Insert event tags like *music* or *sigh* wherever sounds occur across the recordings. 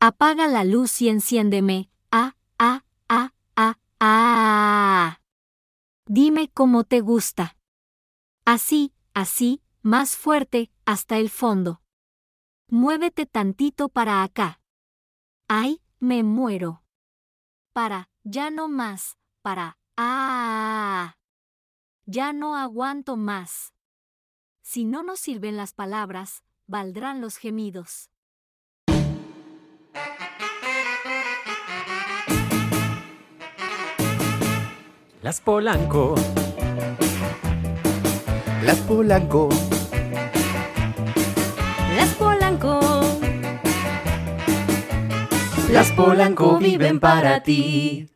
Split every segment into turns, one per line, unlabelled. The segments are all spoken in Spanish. Apaga la luz y enciéndeme. Ah, ah, ah, ah, ah. Dime cómo te gusta. Así, así, más fuerte, hasta el fondo. Muévete tantito para acá. Ay, me muero. Para, ya no más, para, ah. Ya no aguanto más. Si no nos sirven las palabras, valdrán los gemidos.
Las Polanco,
Las Polanco,
Las Polanco.
las Polanco viven para ti.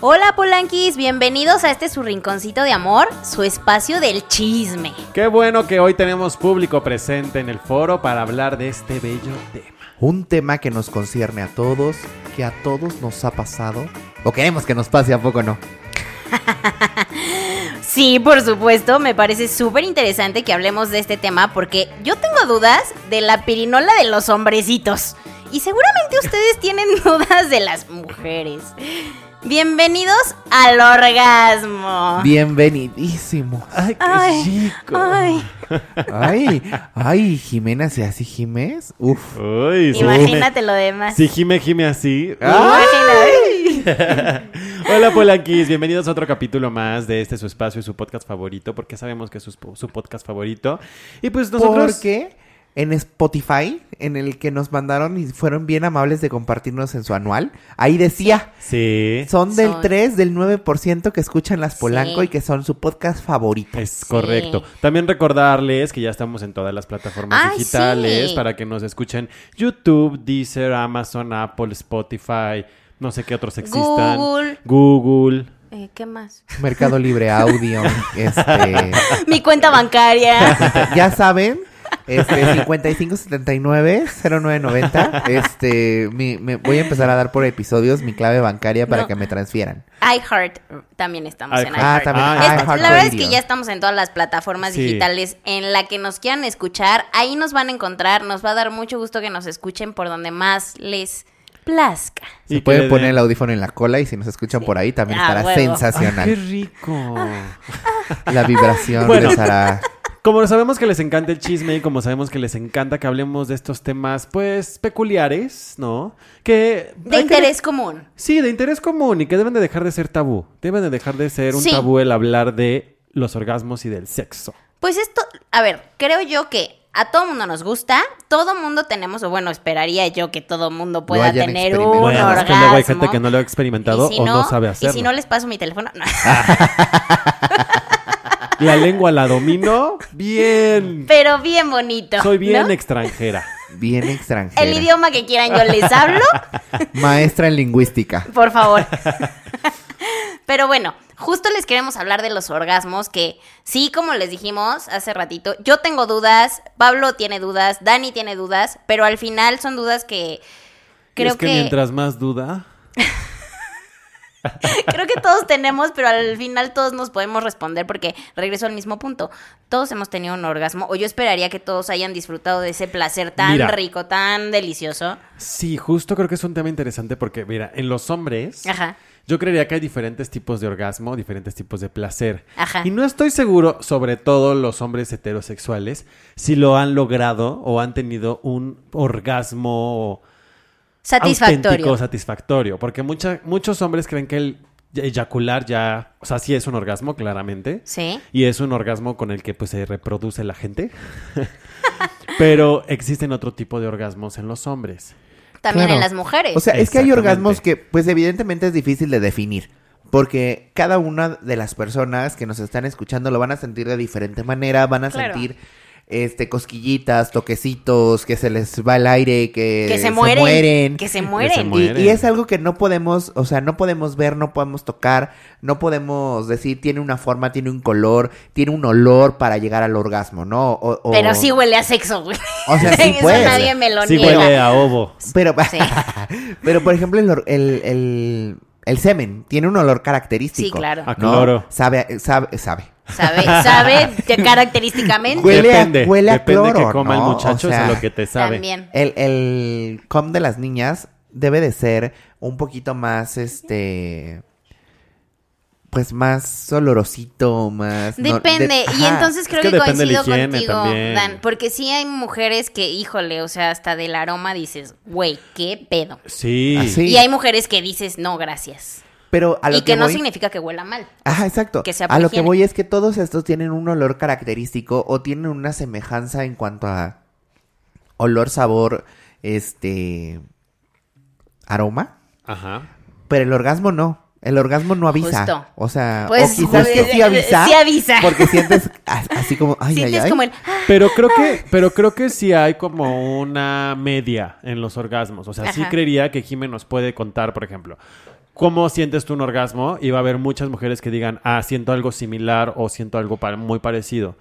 Hola Polanquis, bienvenidos a este su rinconcito de amor, su espacio del chisme.
qué bueno que hoy tenemos público presente en el foro para hablar de este bello tema.
Un tema que nos concierne a todos, que a todos nos ha pasado, o queremos que nos pase, ¿a poco no?
Sí, por supuesto, me parece súper interesante que hablemos de este tema porque yo tengo dudas de la pirinola de los hombrecitos y seguramente ustedes *laughs* tienen dudas de las mujeres. Bienvenidos al
Ah.
orgasmo.
Bienvenidísimo.
¡Ay, qué
Ay,
chico!
Ay,
Ay, ay, Jimena, si así Jiménez, uf.
Uy, si
imagínate lo demás.
gime- Si Jime gime
*laughs*
así. Ah.
Imagínate.
Hola Polanquis, bienvenidos a otro capítulo más de este su espacio y su podcast favorito, porque sabemos que es su, su podcast favorito. Y pues nosotros...
Porque en Spotify, en el que nos mandaron y fueron bien amables de compartirnos en su anual, ahí decía,
Sí,
son del
Son-
3, del 9% que escuchan las Polanco
Sí.
y que son su podcast favorito.
es correcto. También recordarles que ya estamos en todas las plataformas
Ah,
digitales
sí.
para que nos escuchen YouTube, Deezer, Amazon, Apple, Spotify, no sé qué otros existan.
Google.
Google.
Eh, ¿Qué más?
Mercado Libre Audio, *laughs* este...
Mi cuenta bancaria.
*laughs* ya saben, este 5579 0990, este mi- me voy a empezar a dar por episodios mi clave bancaria para
No.
que me transfieran.
iHeart mm, también estamos en
iHeart.
Ah,
iHeart.
también
Ah,
Es-
iHeart
la verdad es
Radio.
que ya estamos en todas las plataformas
Sí.
digitales en la que nos quieran escuchar. Ahí nos van a encontrar. Nos va a dar mucho gusto que nos escuchen por donde más les plazca.
Y que
se
le
pueden
den-
poner el audífono en la cola y si nos escuchan por ahí también
Ah,
estará
huevo.
¡Ah, qué
*laughs*
sensacional.
rico!
La vibración
Bueno.
les hará
Como sabemos que les encanta el chisme y como sabemos que les encanta que hablemos de estos temas, pues, peculiares, ¿no? Que...
De
hay que-
interés común.
Sí, de interés común y que deben de dejar de ser tabú. Deben de dejar de ser un
Sí.
tabú el hablar de los orgasmos y del sexo.
Pues esto, a ver, creo yo que a todo mundo nos gusta, todo mundo tenemos, o bueno, esperaría yo que todo mundo pueda
hayan
tener un
experimentado.
Bueno, es que
orgasmo.
luego hay gente que no lo ha experimentado
Y si
o no, sabe hacerlo. Ah.
Y si no les paso mi teléfono, *laughs* no.
La lengua la
*laughs*
domino bien.
pero bien bonito.
Soy bien
¿no?
extranjera.
bien extranjera.
El idioma que quieran yo les
*laughs*
hablo,
Maestra en lingüística.
por favor. Pero bueno, justo les queremos hablar de los orgasmos, que sí, como les dijimos hace ratito, yo tengo dudas, Pablo tiene dudas, Dani tiene dudas, pero al final son dudas que *laughs* creo
es que, mientras más duda.
*laughs* Creo que todos tenemos, pero al final todos nos podemos responder porque regreso al mismo punto. Todos hemos tenido un orgasmo, o yo esperaría que todos hayan disfrutado de ese placer tan
Mira.
rico, tan delicioso.
Sí, justo creo que es un tema interesante porque, mira, en los hombres.
Ajá.
Yo creería que hay diferentes tipos de orgasmo, diferentes tipos de placer.
Ajá.
Y no estoy seguro, sobre todo los hombres heterosexuales, si lo han logrado o han tenido un orgasmo auténtico,
Satisfactorio.
satisfactorio. Porque mucha- muchos hombres creen que el eyacular ya, o sea, sí es un orgasmo, claramente.
Sí.
Y es un orgasmo con el que pues se reproduce la gente. *laughs* Pero existen otro tipo de orgasmos en los hombres.
También
Claro.
en las mujeres.
O sea, es que hay
Exactamente.
orgasmos que, pues evidentemente es difícil de definir. Porque cada una de las personas que nos están escuchando lo van a sentir de diferente manera, van a
Claro.
sentir este cosquillitas, toquecitos, que se les va el aire, que,
que se, mueren, Que se mueren.
se
Y-
mueren.
Y, es algo que no podemos, o sea, no podemos ver, no podemos tocar, no podemos decir tiene una forma, tiene un color, tiene un olor para llegar al orgasmo, ¿no? O- o-
Pero sí huele a sexo, güey.
*laughs* O sea, sí
*laughs* Eso
pues.
nadie me lo
Sí
niega.
huele a ovo.
Pero,
Sí.
pero por ejemplo, el, or- el- el- El semen tiene un olor característico.
Sí, claro.
*laughs*
A cloro.
Sabe, sabe, sabe.
¿Sabe? ¿Sabe de- característicamente?
Güey, Huele a-
depende,
huele a
depende
cloro,
que coma
¿no?
el muchacho,
O sea,
es a lo que te sabe.
También.
El, el com de las niñas debe de ser un poquito más, este... Pues más olorosito, más... no- de-
Depende, y
ajá.
entonces creo
que
que,
depende de la
coincido
higiene
contigo,
también.
Dan, porque sí hay mujeres que, híjole, o sea, hasta del aroma dices, güey, qué pedo.
Sí.
Así. Ah, Sí.
Y hay mujeres que dices, no, gracias.
Pero a lo
Y que, no
voy-
significa que huela mal.
Ajá, exacto.
que sea
a lo
por
que
higiene.
voy es que todos estos tienen un olor característico o tienen una semejanza en cuanto a olor, sabor, este aroma,
Ajá.
pero el orgasmo no. El orgasmo no avisa.
Justo.
O sea,
Pues,
o quizás que
güey,
sí avisa.
sí avisa.
Porque sientes a- así como, ay, ay,
Sientes
ay.
como el, "Ah,
Pero creo que, pero creo que sí hay como una media en los orgasmos. O sea, sí
Ajá.
creería que Jimé nos puede contar, por ejemplo, cómo sientes tú un orgasmo. Y va a haber muchas mujeres que digan, ah, siento algo similar o siento algo pa- muy parecido.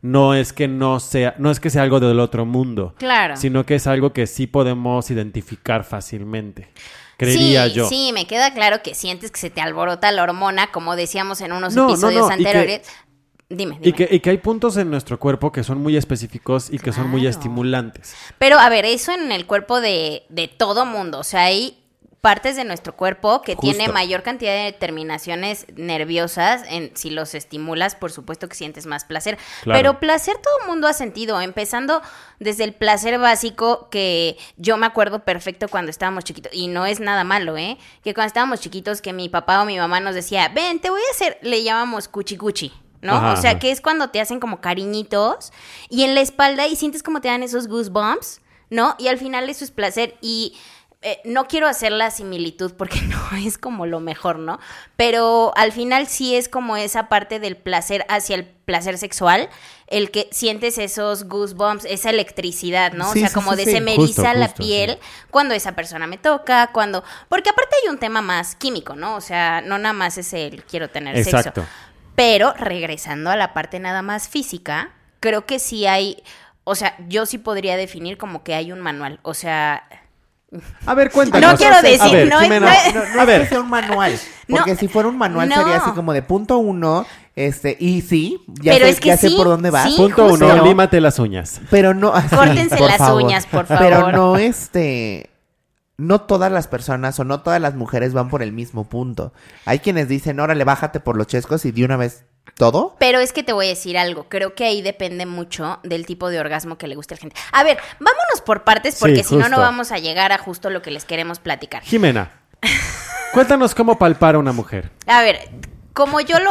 No es que no sea, no es que sea algo del otro mundo.
Claro.
Sino que es algo que sí podemos identificar fácilmente. Creería
sí,
yo.
Sí, me queda claro que sientes que se te alborota la hormona, como decíamos en unos
No, no,
episodios
no, y que-
anteriores. Dime, dime.
Y que, y que hay puntos en nuestro cuerpo que son muy específicos y que son muy
Claro.
estimulantes.
Pero a ver, eso en el cuerpo de, de todo mundo. O sea, hay partes de nuestro cuerpo que
Justo.
tiene mayor cantidad de terminaciones nerviosas. En, si los estimulas, por supuesto que sientes más placer.
Claro.
Pero placer todo mundo ha sentido, empezando desde el placer básico que yo me acuerdo perfecto cuando estábamos chiquitos. Y no es nada malo, ¿eh? Que cuando estábamos chiquitos que mi papá o mi mamá nos decía, ven, te voy a hacer, le llamamos cuchi cuchi. ¿No?
Ajá,
o sea,
ajá.
que es cuando te hacen como cariñitos y en la espalda y sientes como te dan esos goosebumps, ¿no? Y al final eso es placer y eh, no quiero hacer la similitud porque *laughs* no es como lo mejor, ¿no? Pero al final sí es como esa parte del placer hacia el placer sexual, el que sientes esos goosebumps, esa electricidad, ¿no?
Sí,
o sea,
sí,
como
sí,
de
sí.
se me eriza
Justo,
la
justo,
piel cuando esa persona me toca, cuando... Porque aparte hay un tema más químico, ¿no? O sea, no nada más es el quiero tener sexo.
Exacto.
Pero regresando a la parte nada más física, creo que sí hay, o sea, yo sí podría definir como que hay un manual, o sea,
A ver, cuéntanos.
No quiero
A ver,
decir, no es-
Jimena,
no es-
No, no
a
es
ver,
que
*laughs*
sea un manual.
No,
Porque si fuera un manual
no.
sería así como de punto uno, este, y sí, ya
Pero
sé,
es que
ya sé
sí,
por dónde vas.
sí,
punto uno,
justo.
límate las uñas.
Pero no. así,
Córtense
por
las uñas, por favor.
Pero no este. No todas las personas o no todas las mujeres van por el mismo punto. Hay quienes dicen, órale, bájate por los chescos y de una vez todo.
pero es que te voy a decir algo, creo que ahí depende mucho del tipo de orgasmo que le guste a la gente. A ver, vámonos por partes porque
Sí,
si no, no
justo.
vamos a llegar a justo lo que les queremos platicar.
Jimena, cuéntanos cómo palpar a una mujer.
A ver, como yo lo.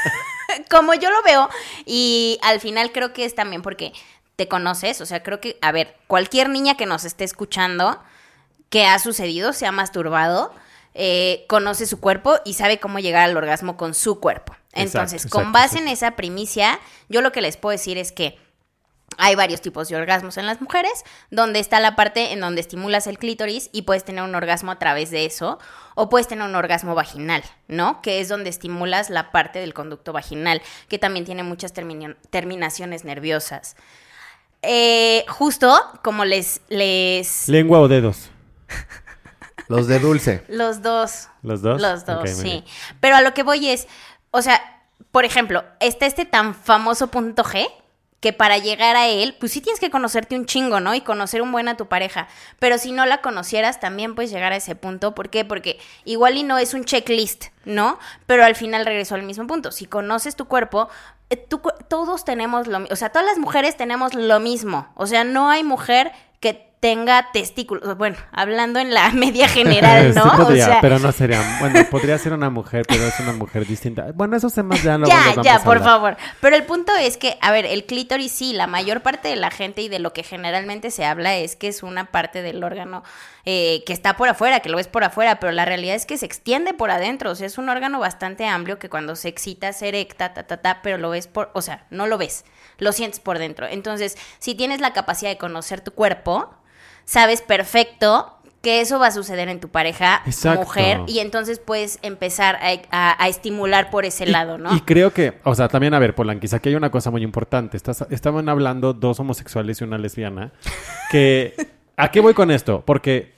*laughs* como yo lo veo, y al final creo que es también porque te conoces. O sea, creo que, a ver, cualquier niña que nos esté escuchando, que ha sucedido, se ha masturbado, eh, conoce su cuerpo y sabe cómo llegar al orgasmo con su cuerpo.
Exacto,
Entonces,
exacto,
con base en
exacto.
esa primicia, yo lo que les puedo decir es que. Hay varios tipos de orgasmos en las mujeres, donde está la parte en donde estimulas el clítoris y puedes tener un orgasmo a través de eso, o puedes tener un orgasmo vaginal, ¿no? Que es donde estimulas la parte del conducto vaginal, que también tiene muchas termini- terminaciones nerviosas. Eh, justo como les, les...
¿Lengua o dedos?
Los de dulce.
Los dos.
¿Los dos?
Los dos,
Ok, muy
sí.
bien.
Pero a lo que voy es, o sea, por ejemplo, está este tan famoso punto G que para llegar a él, pues sí tienes que conocerte un chingo, ¿no? Y conocer un buen a tu pareja. Pero si no la conocieras, también puedes llegar a ese punto. ¿Por qué? Porque igual y no es un checklist, ¿no? Pero al final regresó al mismo punto. Si conoces tu cuerpo, eh, tu cu- todos tenemos lo mismo. O sea, todas las mujeres tenemos lo mismo. O sea, no hay mujer que tenga testículos. Bueno, hablando en la *laughs* media general, ¿no?
Eh, *laughs* Sí podría,
o sea,
pero no sería. Bueno, podría ser una mujer, pero es una mujer distinta. Bueno, esos temas ya no
*laughs* ya, ya, por favor. Pero el punto es que, a ver, el clítoris sí, la mayor parte de la gente y de lo que generalmente se habla es que es una parte del órgano eh, que está por afuera, que lo ves por afuera, pero la realidad es que se extiende por adentro. O sea, es un órgano bastante amplio que cuando se excita se erecta, ta, ta, ta, pero lo ves por, o sea, no lo ves, lo sientes por dentro. Entonces, si tienes la capacidad de conocer tu cuerpo, sabes perfecto que eso va a suceder en tu pareja,
Exacto.
mujer, y entonces puedes empezar a, a- a estimular por ese lado, ¿no?
Y creo que, o sea, también, a ver, Polanquis, aquí hay una cosa muy importante. Estás- estaban hablando dos
*laughs*
homosexuales y una lesbiana. Que, ¿A qué voy con esto? Porque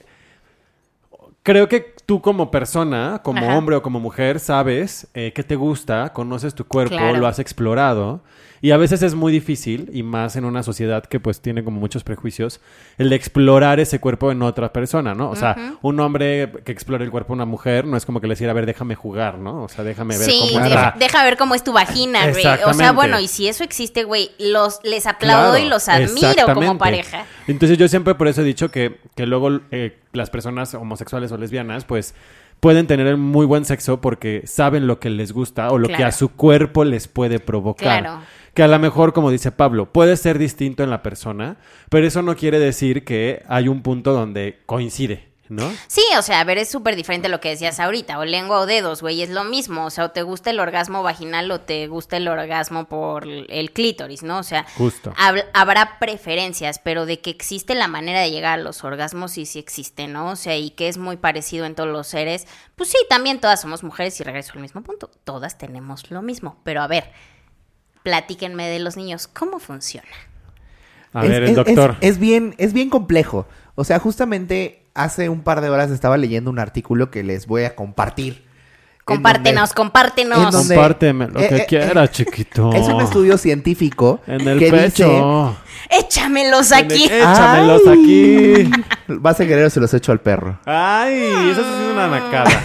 Creo que tú como persona, como
Ajá.
hombre o como mujer, sabes eh, qué te gusta, conoces tu cuerpo,
Claro.
lo has explorado. Y a veces es muy difícil, y más en una sociedad que pues tiene como muchos prejuicios, el de explorar ese cuerpo en otra persona, ¿no? O sea, un hombre que explore el cuerpo de una mujer no es como que le decir, a ver, déjame jugar, ¿no? O sea, déjame ver
Sí,
cómo
de-
está.
deja ver cómo es tu vagina, güey. O sea,
Exactamente.
bueno, y si eso existe, güey, los les aplaudo
Claro,
y los admiro como
exactamente.
pareja.
Entonces yo siempre por eso he dicho que, que luego eh, las personas homosexuales o lesbianas pues pueden tener muy buen sexo porque saben lo que les gusta o lo que
Claro.
a su cuerpo les puede provocar.
Claro.
Que a lo mejor, como dice Pablo, puede ser distinto en la persona, pero eso no quiere decir que hay un punto donde coincide, ¿no?
Sí, o sea, a ver, es súper diferente lo que decías ahorita, o lengua o dedos, güey, es lo mismo, o sea, o te gusta el orgasmo vaginal o te gusta el orgasmo por el clítoris, ¿no? O sea,
Justo.
hab- habrá preferencias, pero de que existe la manera de llegar a los orgasmos, sí, sí existe, ¿no? O sea, y que es muy parecido en todos los seres, pues sí, también todas somos mujeres y regreso al mismo punto, todas tenemos lo mismo, pero a ver, platíquenme de los niños, ¿cómo funciona?
A
Es-
ver,
es-
el doctor.
Es, es bien, es bien complejo. O sea, justamente hace un par de horas estaba leyendo un artículo que les voy a compartir. En
Compártenos,
en
compártenos.
donde-
Compárteme lo
Eh,
que
eh, eh,
quieras, chiquito.
Es un estudio científico
En el
que
pecho.
Échamelos
En el-
aquí.
Eh,
Échamelos aquí.
dice, *laughs* vas a querer o se los echo al perro.
Ay, eso sí es una nacada.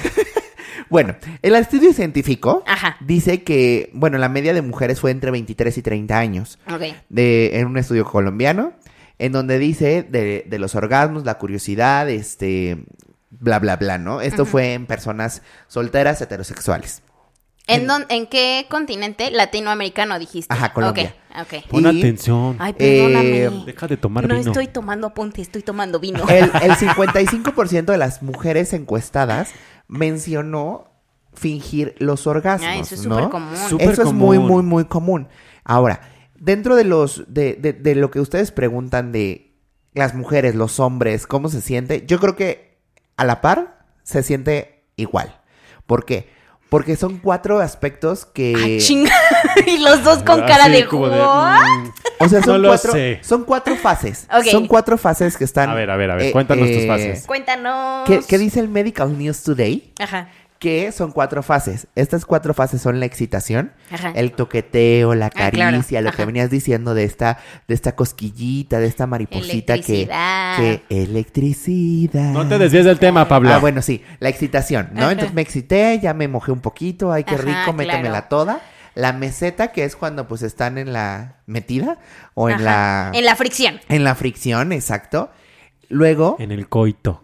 Bueno, el estudio científico
Ajá.
dice que, bueno, la media de mujeres fue entre 23 y 30 años.
Ok.
de- en un estudio colombiano, en donde dice de, de los orgasmos, la curiosidad, este, bla, bla, bla, ¿no? Esto fue en personas solteras heterosexuales.
¿En, dónde- ¿En qué continente latinoamericano dijiste?
Ajá, Colombia.
Ok, ok.
Pon
Y-
atención.
Ay, perdóname.
Eh,
Deja de tomar
no
vino.
estoy tomando apunte, estoy tomando vino.
El,
*laughs*
el 55% de las mujeres encuestadas mencionó fingir los orgasmos,
Ay, eso es
¿no?
súper común.
Súper
Eso es muy,
común.
muy, muy común. Ahora, dentro de los, de, de- de lo que ustedes preguntan de las mujeres, los hombres, cómo se siente, yo creo que a la par se siente igual. ¿Por qué? Porque son cuatro aspectos que.
Ay, Ah, chinga. *laughs* y los dos con
Así
cara Ah, de
Ah, como de,
"¿What?".
mm.
o sea, son
No lo
cuatro.
sé.
Son cuatro fases.
*laughs* Ok.
Son cuatro fases que están. eh,
A ver, a ver, a ver, cuéntanos tus fases.
Cuéntanos.
¿qué, qué dice el Medical News Today?
Ajá.
Que son cuatro fases. Estas cuatro fases son la excitación,
Ajá.
*laughs* el toqueteo, la
Ah, claro.
caricia, lo
Ajá.
que venías diciendo de esta, de esta cosquillita, de esta mariposita que,
Electricidad.
que electricidad.
No te desvíes del tema, Pablo.
Ah, bueno, sí, la excitación, ¿no?
Ajá.
Entonces me excité, ya me mojé un poquito, ay, qué
Ajá,
rico,
claro.
métemela toda. La meseta, que es cuando pues están en la metida o en
Ajá.
la,
En la fricción.
en la fricción, exacto. Luego,
En el coito.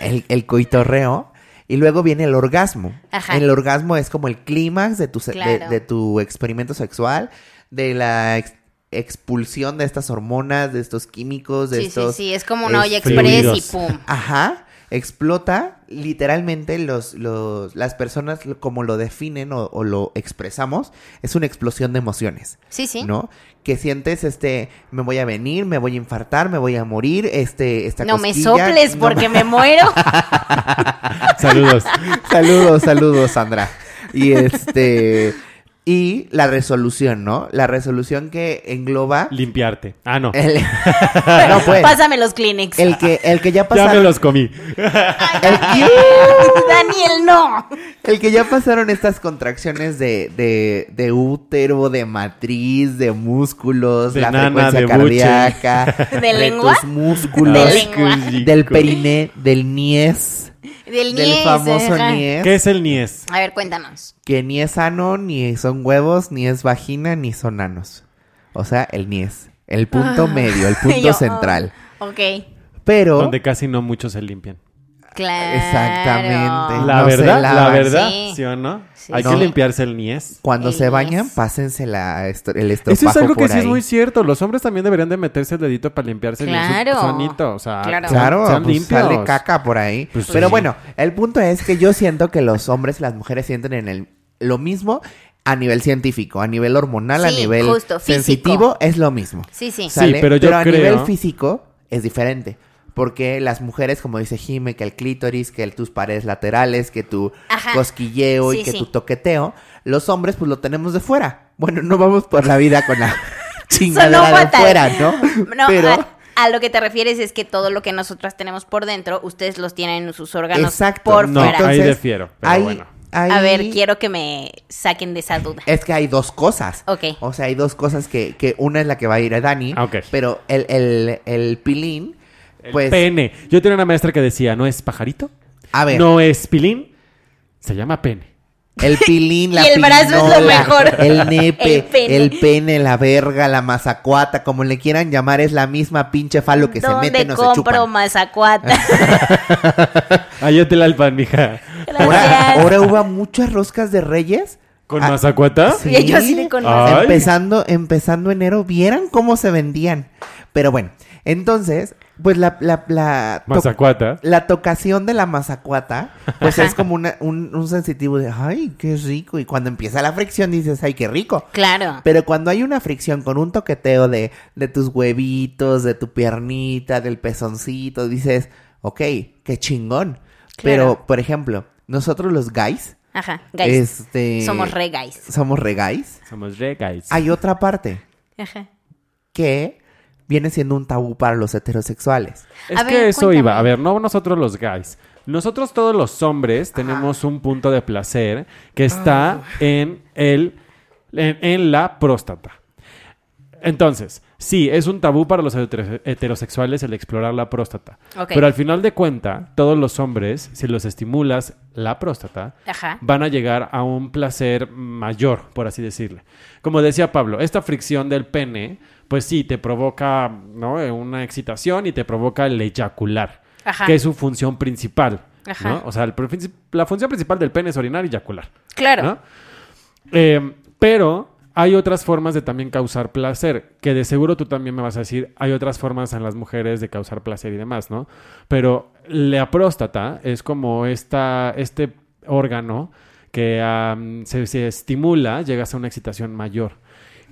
el, el coitorreo y luego viene el orgasmo.
Ajá.
El orgasmo es como el clímax de tu, se- de-
Claro.
de tu experimento sexual, de la ex- expulsión de estas hormonas, de estos químicos, de
Sí, sí,
estos...
sí. Es como una olla
este,
express y
fluidos.
pum.
Ajá, explota literalmente los, los, las personas lo- como lo definen o, o lo expresamos, es una explosión de emociones.
Sí, sí.
¿No? Que sientes este, me voy a venir, me voy a infartar, me voy a morir, este, esta
no me
cosquilla,
soples
no
porque
*laughs*
me muero.
Saludos. *laughs*
Saludos, saludos, Sandra. Y este. Y la resolución, ¿no? La resolución que engloba.
Limpiarte. Ah, no.
El, no, pues.
Pásame los Kleenex.
El que, el que
Ya
ya
me
pasaron.
los comí.
*laughs* Daniel, no.
El que ya pasaron estas contracciones de, de, de útero, de matriz, de músculos,
De
la
nana,
frecuencia
de buche.
cardíaca,
*laughs* ¿De lengua?
tus músculos,
De lengua.
del periné, del niés, del
Del, niés,
famoso
ajá.
niés.
¿Qué es el niés?
A ver, cuéntanos.
que ni es ano, ni son huevos, ni es vagina, ni son anos. O sea, el niés. El punto medio,
*laughs*
el punto
Ah. Yo,
central.
oh, ok,
Pero.
Donde casi no muchos se limpian.
claro.
Exactamente.
La
Ah, No se
verdad, la
lavan.
verdad.
Sí.
Sí, o no?
Sí,
Hay
sí.
que limpiarse el niés.
Cuando
el
se
niés.
bañan, pásense la est- el estropajo
Eso es algo que
por
sí es
ahí.
muy cierto. Los hombres también deberían de meterse el dedito para limpiarse bien
Claro.
su sonito. O sea,
Claro.
sean-
Claro,
sean
pues,
limpios.
sale caca por ahí.
Pues
Pero
sí.
bueno, el punto es que yo siento que los hombres y las mujeres sienten en el, lo mismo a nivel científico, a nivel hormonal, a
Sí,
nivel
justo, físico.
sensitivo, es lo mismo.
Sí, sí.
Sí. pero yo
a
creo-
nivel físico es diferente. Porque las mujeres, como dice Jime, que el clítoris, que el- tus paredes laterales, que tu
Ajá.
cosquilleo
Sí,
y que
sí.
tu toqueteo, los hombres pues lo tenemos de
*laughs*
fuera. Bueno, no vamos por la vida con la
Sonó
chingadera de
fatal.
fuera, ¿no?
*laughs* No, ah.
pero
a- a lo que te refieres es que todo lo que nosotras tenemos por dentro, ustedes los tienen en sus órganos
Exacto.
por
No,
fuera.
ahí defiero, pero
ahí-
bueno.
ahí-
A ver, quiero que me saquen de esa duda.
Es que hay dos cosas.
Ok.
O sea, hay dos cosas que, que una es la que va a ir a Dani.
Ah, ok.
Pero el, el, el pilín,
El
pues.
pene. Yo tenía una maestra que decía, ¿no es pajarito?
A ver,
No es pilín, se llama pene.
el
*laughs*
pilín, la
Y el brazo es lo
pinola,
mejor.
El nepe, el
*laughs* El
pene.
pene.
la verga, la mazacuata, como le quieran llamar, es la misma pinche falo que se
¿Dónde
meten o se
compro
chupan.
mazacuata?
Ayúdate la mija.
*laughs* Ahora,
*laughs* Gracias.
ahora hubo muchas roscas de reyes.
¿Con
Ah,
mazacuata?
Sí. Y yo así de con
Ay. mazacuata.
empezando, empezando enero, vieran cómo se vendían. Pero bueno, entonces, pues la, la, la, to-
Mazacuata.
la tocación de la mazacuata, pues
Ajá.
es como una- un, un sensitivo de, ay, qué rico. Y cuando empieza la fricción dices, ay, qué rico.
Claro.
Pero cuando hay una fricción con un toqueteo de, de tus huevitos, de tu piernita, del pezoncito, dices, ok, qué chingón. Pero,
Claro.
por ejemplo, nosotros los guys,
Ajá, guys.
este,
Somos re guys.
somos re guys.
Somos re guys.
Hay otra parte
Ajá.
que viene siendo un tabú para los heterosexuales.
Es
A
que
ver,
eso
cuéntame.
iba. A ver, no nosotros los guys. Nosotros todos los hombres tenemos un punto de placer que
Ah.
está en el en, en la próstata. Entonces, sí, es un tabú para los heter- heterosexuales el explorar la próstata.
Ok.
Pero al final de cuenta, todos los hombres, si los estimulas la próstata,
Ajá.
van a llegar a un placer mayor, por así decirlo. Como decía Pablo, esta fricción del pene, pues sí, te provoca ¿no? Eh, una excitación y te provoca el eyacular,
Ajá.
que es su función principal. ¿no?
Ajá.
O sea, el princip- la función principal del pene es orinar y eyacular.
Claro.
¿no? Eh, pero hay otras formas de también causar placer, que de seguro tú también me vas a decir, hay otras formas en las mujeres de causar placer y demás, ¿no? Pero la próstata es como esta, este órgano que am, se, se estimula, llegas a una excitación mayor.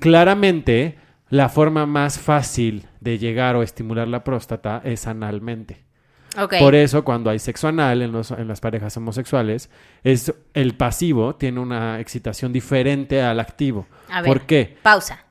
Claramente, la forma más fácil de llegar o estimular la próstata es analmente.
Ok.
Por eso cuando hay sexo anal en, los- en las parejas homosexuales, es el pasivo tiene una excitación diferente al activo.
A ver.
¿Por qué?
Pausa.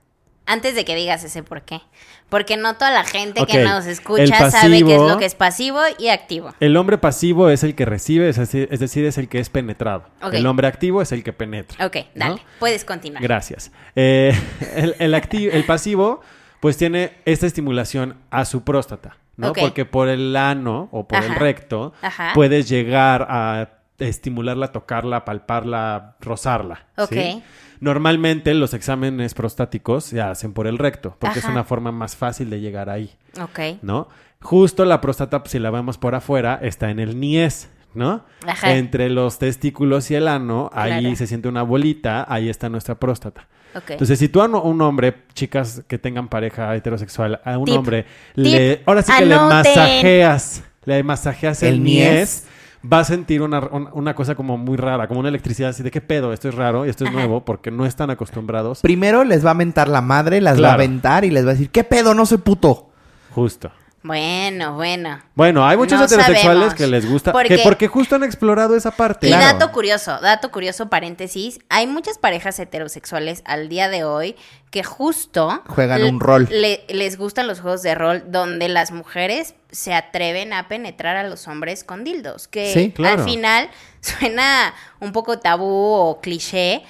Antes de que digas ese por qué. Porque no toda la gente que
Ok,
nos
el
escucha sabe qué es
pasivo-
lo que es pasivo y activo.
El hombre pasivo es el que recibe, es así- es decir, es el que es penetrado.
Ok.
El hombre activo es el que penetra.
Ok, dale.
¿no?
Puedes continuar.
Gracias. Eh, *laughs* el, el acti- el pasivo, pues tiene esta estimulación a su próstata, ¿no?
Ok.
Porque por el ano o por el
Ajá.
recto
Ajá.
puedes llegar a estimularla, tocarla, palparla, rozarla. ¿sí?
Ok.
Normalmente los exámenes prostáticos se hacen por el recto, porque es
Ajá.
una forma más fácil de llegar ahí.
Ok.
¿no? Justo la próstata, si la vemos por afuera, está en el niés, ¿no?
Ajá.
Entre los testículos y el ano, ahí
Claro.
se siente una bolita, ahí está nuestra próstata.
Ok.
Entonces, si tú a un- un hombre, chicas que tengan pareja heterosexual, a un
Tip.
hombre,
Tip.
le, ahora sí que le
Anoten.
masajeas, le masajeas el,
El niés.
niés, va a sentir una, un- una cosa como muy rara, como una electricidad así de qué pedo, esto es raro y esto es
Ajá.
nuevo porque no están acostumbrados.
Primero les va a mentar la madre, las va a
Claro.
aventar y les va a decir, ¿qué pedo? No soy puto.
Justo.
Bueno, bueno.
Bueno, hay muchos
No
heterosexuales
sabemos.
que les gusta,
Porque-
que porque justo han explorado esa parte.
Y
Claro.
dato curioso, dato curioso, paréntesis, hay muchas parejas heterosexuales al día de hoy que justo
Juegan
le-
un rol.
le- les gustan los juegos de rol donde las mujeres se atreven a penetrar a los hombres con dildos, que
Sí,
claro.
al final suena un poco tabú o cliché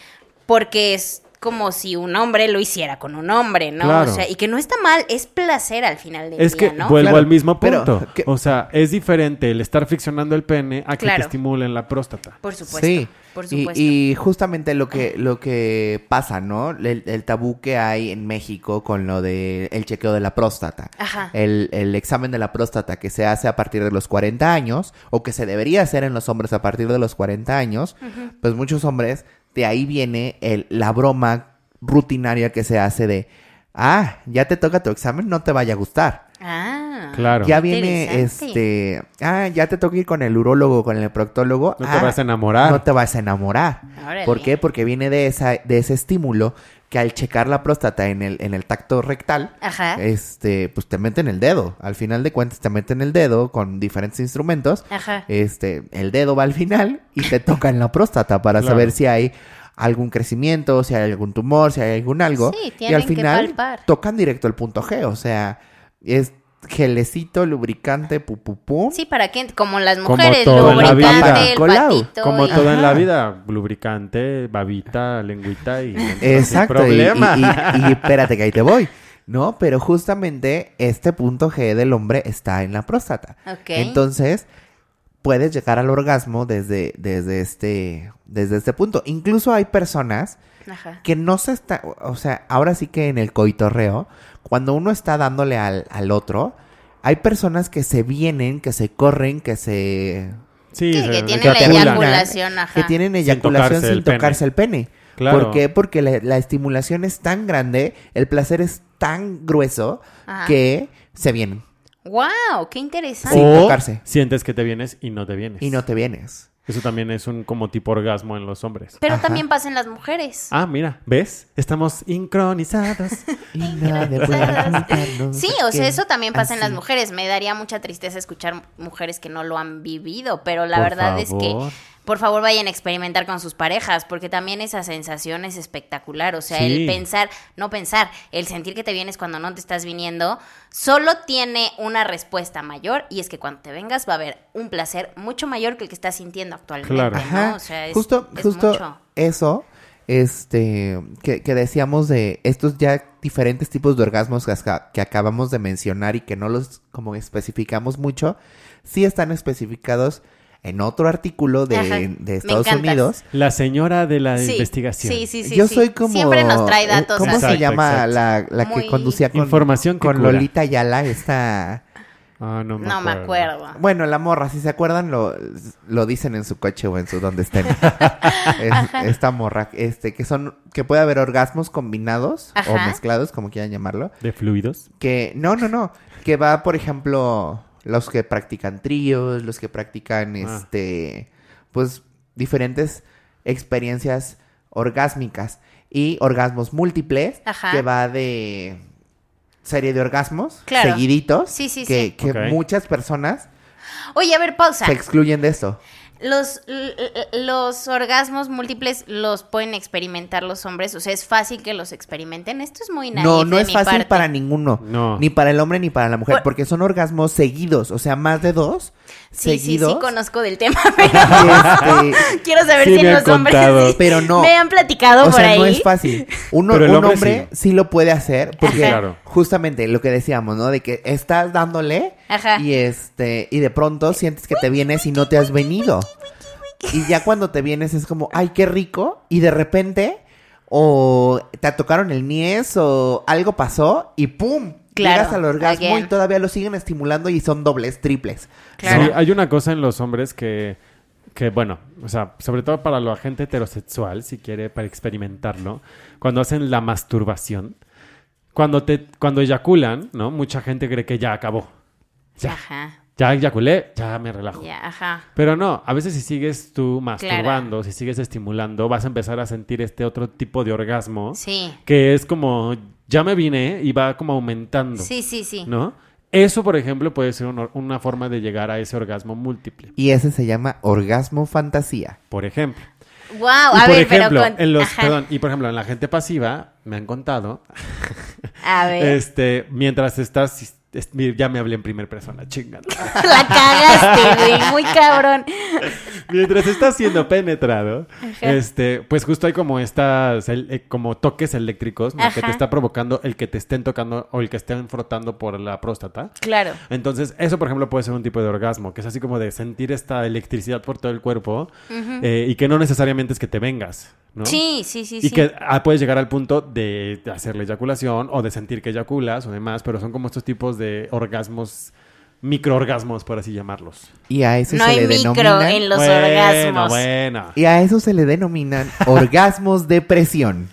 porque es como si un hombre lo hiciera con un hombre, ¿no?
Claro.
O sea, y que no está mal, es placer al final del
Es
día,
que
¿no?
vuelvo
Claro,
al mismo
pero-
punto.
que-
O sea, es diferente el estar friccionando el pene a que
Claro.
te estimulen la próstata.
Por supuesto.
sí.
Por
Y-
supuesto. Ah.
Y, justamente lo que, lo que pasa, ¿no? El, el tabú que hay en México con lo de el chequeo de la próstata.
Ajá.
El, el examen de la próstata que se hace a partir de los 40 años, o que se debería hacer en los hombres a partir de los 40 años, pues muchos hombres, de ahí viene el- la broma rutinaria que se hace de, ah, ya te toca tu examen, no te vaya a gustar.
Ah.
Claro.
Ya viene este.
Interesante.
Ah, ya te toca ir con el urólogo, con el proctólogo.
No te
Ah,
vas a enamorar.
No te vas a enamorar.
Órale.
¿Por qué? Porque viene de, esa, de ese estímulo que al checar la próstata en el, en el tacto rectal,
Ajá.
este, pues te meten el dedo. Al final de cuentas te meten el dedo con diferentes instrumentos.
Ajá.
Este, el dedo va al final y te tocan la próstata para
Claro.
saber si hay algún crecimiento, si hay algún tumor, si hay algún algo.
Sí,
y al
tienen que
final
palpar.
tocan directo el punto G, o sea, es gelecito, lubricante, pupupú.
Sí, ¿para qué? Como las
Como
mujeres,
todo en la
lubricante,
vida.
el
Colau,
patito.
Como
y-
todo en la
Ajá.
vida, lubricante, babita, lengüita y...
Exacto.
Sin
y-
problema.
Y, y- y espérate que ahí te voy. No, pero justamente este punto G del hombre está en la próstata.
Ok.
Entonces, puedes llegar al orgasmo desde, desde, este, desde este punto. Incluso hay personas
Ajá.
que no se está, o sea, ahora sí que en el coitorreo, cuando uno está dándole al, al otro, hay personas que se vienen, que se corren, que se
*laughs* Sí,
Sí,
se-
que tiene la
eyaculan.
eyaculación, ajá.
que tienen
Sin
eyaculación
tocarse
sin
el pene.
tocarse el pene.
Claro.
¿Por qué? Porque la, la estimulación es tan grande, el placer es tan grueso
Ajá.
que se vienen
¡Wow! ¡Qué interesante!
Sí. sin
O
tocarse.
sientes que te vienes y no te vienes.
y no te vienes.
Eso también es un como tipo orgasmo en los hombres.
Pero
Ajá.
también pasa en las mujeres.
Ah, mira, ¿ves? Estamos
*laughs*
sincronizados.
Y nadie puede quitarnos
Sí, o sea,
que-
eso también pasa en las
así.
mujeres. Me daría mucha tristeza escuchar mujeres que no lo han vivido, pero la
Por
verdad
favor.
es que por favor vayan a experimentar con sus parejas, porque también esa sensación es espectacular. O sea,
Sí.
el pensar, no pensar, el sentir que te vienes cuando no te estás viniendo, solo tiene una respuesta mayor y es que cuando te vengas va a haber un placer mucho mayor que el que estás sintiendo actualmente.
Claro.
¿no?
Ajá.
O sea, es,
justo,
es
justo
mucho.
eso, este, que, que decíamos de estos ya diferentes tipos de orgasmos que, asca- que acabamos de mencionar y que no los como especificamos mucho, sí están especificados en otro artículo
Ajá,
de, de
me
Estados
encantas.
Unidos.
La señora de la
Sí,
investigación.
Sí, sí, sí.
Yo
sí.
soy como...
Siempre nos trae
eh,
datos
¿Cómo
así.
se
Exacto,
llama la, la que
Muy-
conducía con,
Información que
con
cura.
Lolita Ayala? Esta...
Ah, no me
No me acuerdo.
Bueno, la morra, si se acuerdan, lo, lo dicen en su coche o en su donde
*laughs*
estén. Es- esta morra, este, que son, que puede haber orgasmos combinados o
Ajá.
mezclados, como quieran llamarlo.
¿De fluidos?
Que, no, no, no. Que va, por ejemplo, los que practican tríos, los que practican
Ah.
este. Pues diferentes experiencias orgásmicas. Y orgasmos múltiples.
Ajá.
Que va de serie de orgasmos
Claro.
seguiditos.
Sí, sí,
que,
sí.
que
Ok.
muchas personas
Oye, a ver, pausa.
se excluyen de esto.
Los, l- l- los orgasmos múltiples los pueden experimentar los hombres, o sea, es fácil que los experimenten. Esto es muy naif
No, no
de
es
mi
fácil
parte.
para ninguno.
No.
Ni para el hombre ni para la mujer.
Por-
Porque son orgasmos seguidos. O sea, más de dos.
Sí, sí,
seguidos.
sí,
*laughs*
conozco del tema, *laughs* pero
Y, este,
quiero saber
Sí,
si
me
en
han
los
contado.
hombres. *laughs* sí.
Pero no.
Me han platicado
O
por
sea,
ahí.
no es
*laughs*
fácil. Uno,
Pero el
un
hombre
hombre, sí. lo puede hacer *laughs* porque
Ajá. Claro.
justamente lo que decíamos, ¿no? De que estás dándole
Ajá.
y este y de pronto sientes que te vienes y no te has venido. Y ya cuando te vienes es como, "Ay, qué rico" y de repente o te tocaron el niés o algo pasó y pum,
Claro,
llegas al orgasmo
again.
y todavía lo siguen estimulando y son dobles, triples.
Claro.
Sí, hay una cosa en los hombres que, que, bueno, o sea, sobre todo para la gente heterosexual, si quiere, para experimentarlo, cuando hacen la masturbación, cuando, te, cuando eyaculan, ¿no? Mucha gente cree que ya acabó. Ya,
Ajá,
ya eyaculé, ya me relajo.
ya, ajá.
Pero no, a veces si sigues tú masturbando, si sigues estimulando, vas a empezar a sentir este otro tipo de orgasmo
Sí,
que es como, ya me vine y va como aumentando.
sí, sí, sí.
¿No? Eso, por ejemplo, puede ser un or- una forma de llegar a ese orgasmo múltiple,
Y ese se llama orgasmo fantasía.
por ejemplo.
Wow,
y
Ah, a
por
ver,
ejemplo,
pero con...
en los,
ajá,
perdón, y por ejemplo, en la gente pasiva, me han contado,
A ver,
este, mientras estás, es- ya me hablé en primera persona, chingada.
*laughs* la
*laughs*
cagaste, güey, muy cabrón.
Mientras está
*laughs*
siendo penetrado, este, pues justo hay como estas, el- eh, como toques eléctricos, ¿no? que
Ajá.
te está provocando el que te estén tocando o el que estén frotando por la próstata.
Claro.
Entonces, eso, por ejemplo, puede ser un tipo de orgasmo, que es así como de sentir esta electricidad por todo el cuerpo eh, y que no necesariamente es que te vengas, ¿no?
Sí, sí, sí,
Y
sí.
que ah, puedes llegar al punto de hacer la eyaculación o de sentir que eyaculas o demás, pero son como estos tipos de orgasmos, microorgasmos, por así llamarlos.
Y a eso
No
se
hay
le
micro
denomina
en los
Bueno,
orgasmos.
Bueno.
Y a eso se le
*laughs*
denominan orgasmos de presión.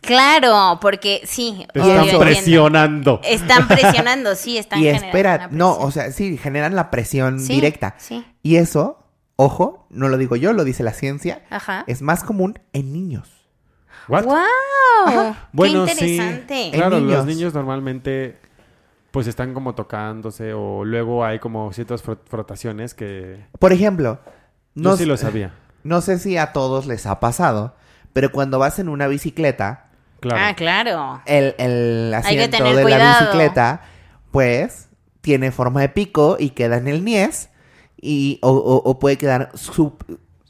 Claro, porque sí.
Te
obvio,
están
entiendo.
presionando. *laughs*
Están presionando, sí, están
Y
generando
espera,
una
no,
presión.
o sea, sí, generan la presión
Sí,
directa.
Sí,
Y eso, ojo, no lo digo yo, lo dice la ciencia,
ajá.
es más común en niños.
What?
¡Wow!
Bueno,
¡Qué
sí.
interesante!
Eh,
Claro,
En
los
niños.
niños normalmente pues están como tocándose o luego hay como ciertas frot- frotaciones que
Por ejemplo,
no
no,
sí
s-
lo sabía.
no sé si a todos les ha pasado, pero cuando vas en una bicicleta,
Claro.
Ah, claro.
el, el
Hay que
asiento
tener
de la
cuidado.
bicicleta, pues tiene forma de pico y queda en el niés. Y, o, o- o puede quedar sub-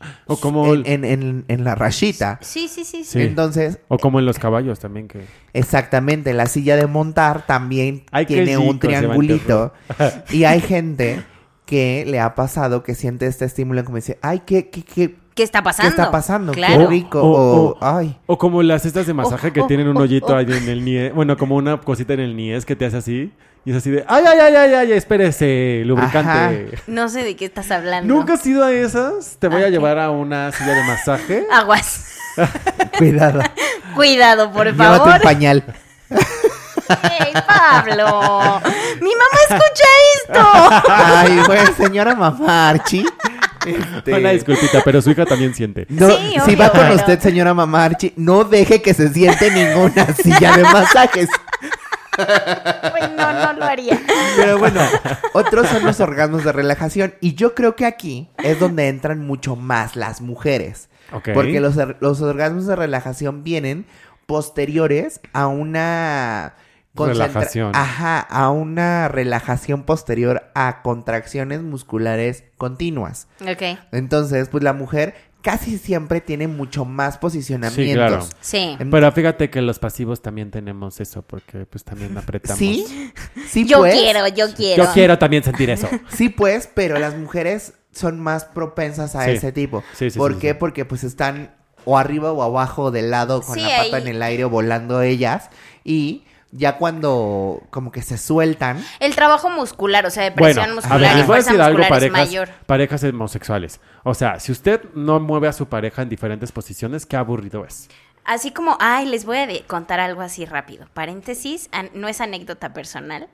Ah.
O como
en, en- en- en la rayita.
Sí, sí, sí, sí.
Sí.
Entonces,
O como en los caballos también que...
exactamente, la silla de montar también
Ay, qué
tiene un
chicos, se van a
triangulito. y hay gente que le ha pasado que siente este estímulo y como dice, ay, qué, qué, qué,
¿Qué está pasando?
¿qué está pasando? Qué
Claro.
rico.
O-
O,
o- *laughs*
ay.
O como las estas de masaje que
oh,
tienen un
oh,
hoyito
oh.
ahí en el niés. Bueno, como una cosita en el niés que te hace así. Y es así de, ay, ay, ay, ay, ay, espérese, lubricante.
No sé de qué estás hablando.
¿Nunca has ido a esas? Te voy
Ah,
a
ok.
llevar a una silla de masaje.
Aguas. *laughs*
Cuidado.
Cuidado,
*laughs*
por
Llévate
favor.
un pañal.
*laughs* ¡Ey,
*laughs*
Pablo! ¡Mi mamá escucha esto!
Ay, güey, señora mamá Archie.
Ah.
Este,
Una disculpita, pero su hija también siente.
no,
Sí,
si
obvio,
va con
pero-
usted, señora mamá Archie, no deje que se siente ninguna *laughs* silla de masajes.
Pues no, no lo haría.
Pero bueno, otros son los orgasmos de relajación. Y yo creo que aquí es donde entran mucho más las mujeres.
Ok.
Porque los, or- los orgasmos de relajación vienen posteriores a una... concentra-
Relajación.
Ajá, a una relajación posterior a contracciones musculares continuas.
Ok.
Entonces, pues la mujer casi siempre tiene mucho más posicionamientos.
Sí, claro.
Sí.
Em,
Pero fíjate que los pasivos también tenemos eso, porque pues también apretamos.
Sí, sí
Yo
pues.
quiero, yo quiero.
Yo quiero también sentir
*laughs*
eso.
Sí, pues, pero las mujeres son más propensas a
Sí.
ese tipo.
Sí, sí,
¿Por
sí,
qué?
sí.
Porque pues están o arriba o abajo del lado con
Sí,
la pata
ahí-
en el aire o volando ellas y ya cuando como que se sueltan,
El trabajo muscular, o sea, de
Bueno,
presión
a
muscular
ver, les
y
voy a
fuerza
decir algo,
muscular es
parejas,
mayor.
parejas homosexuales. O sea, si usted no mueve a su pareja en diferentes posiciones, qué aburrido es.
Así como, ay, les voy a de- contar algo así rápido. Paréntesis, an- no es anécdota personal,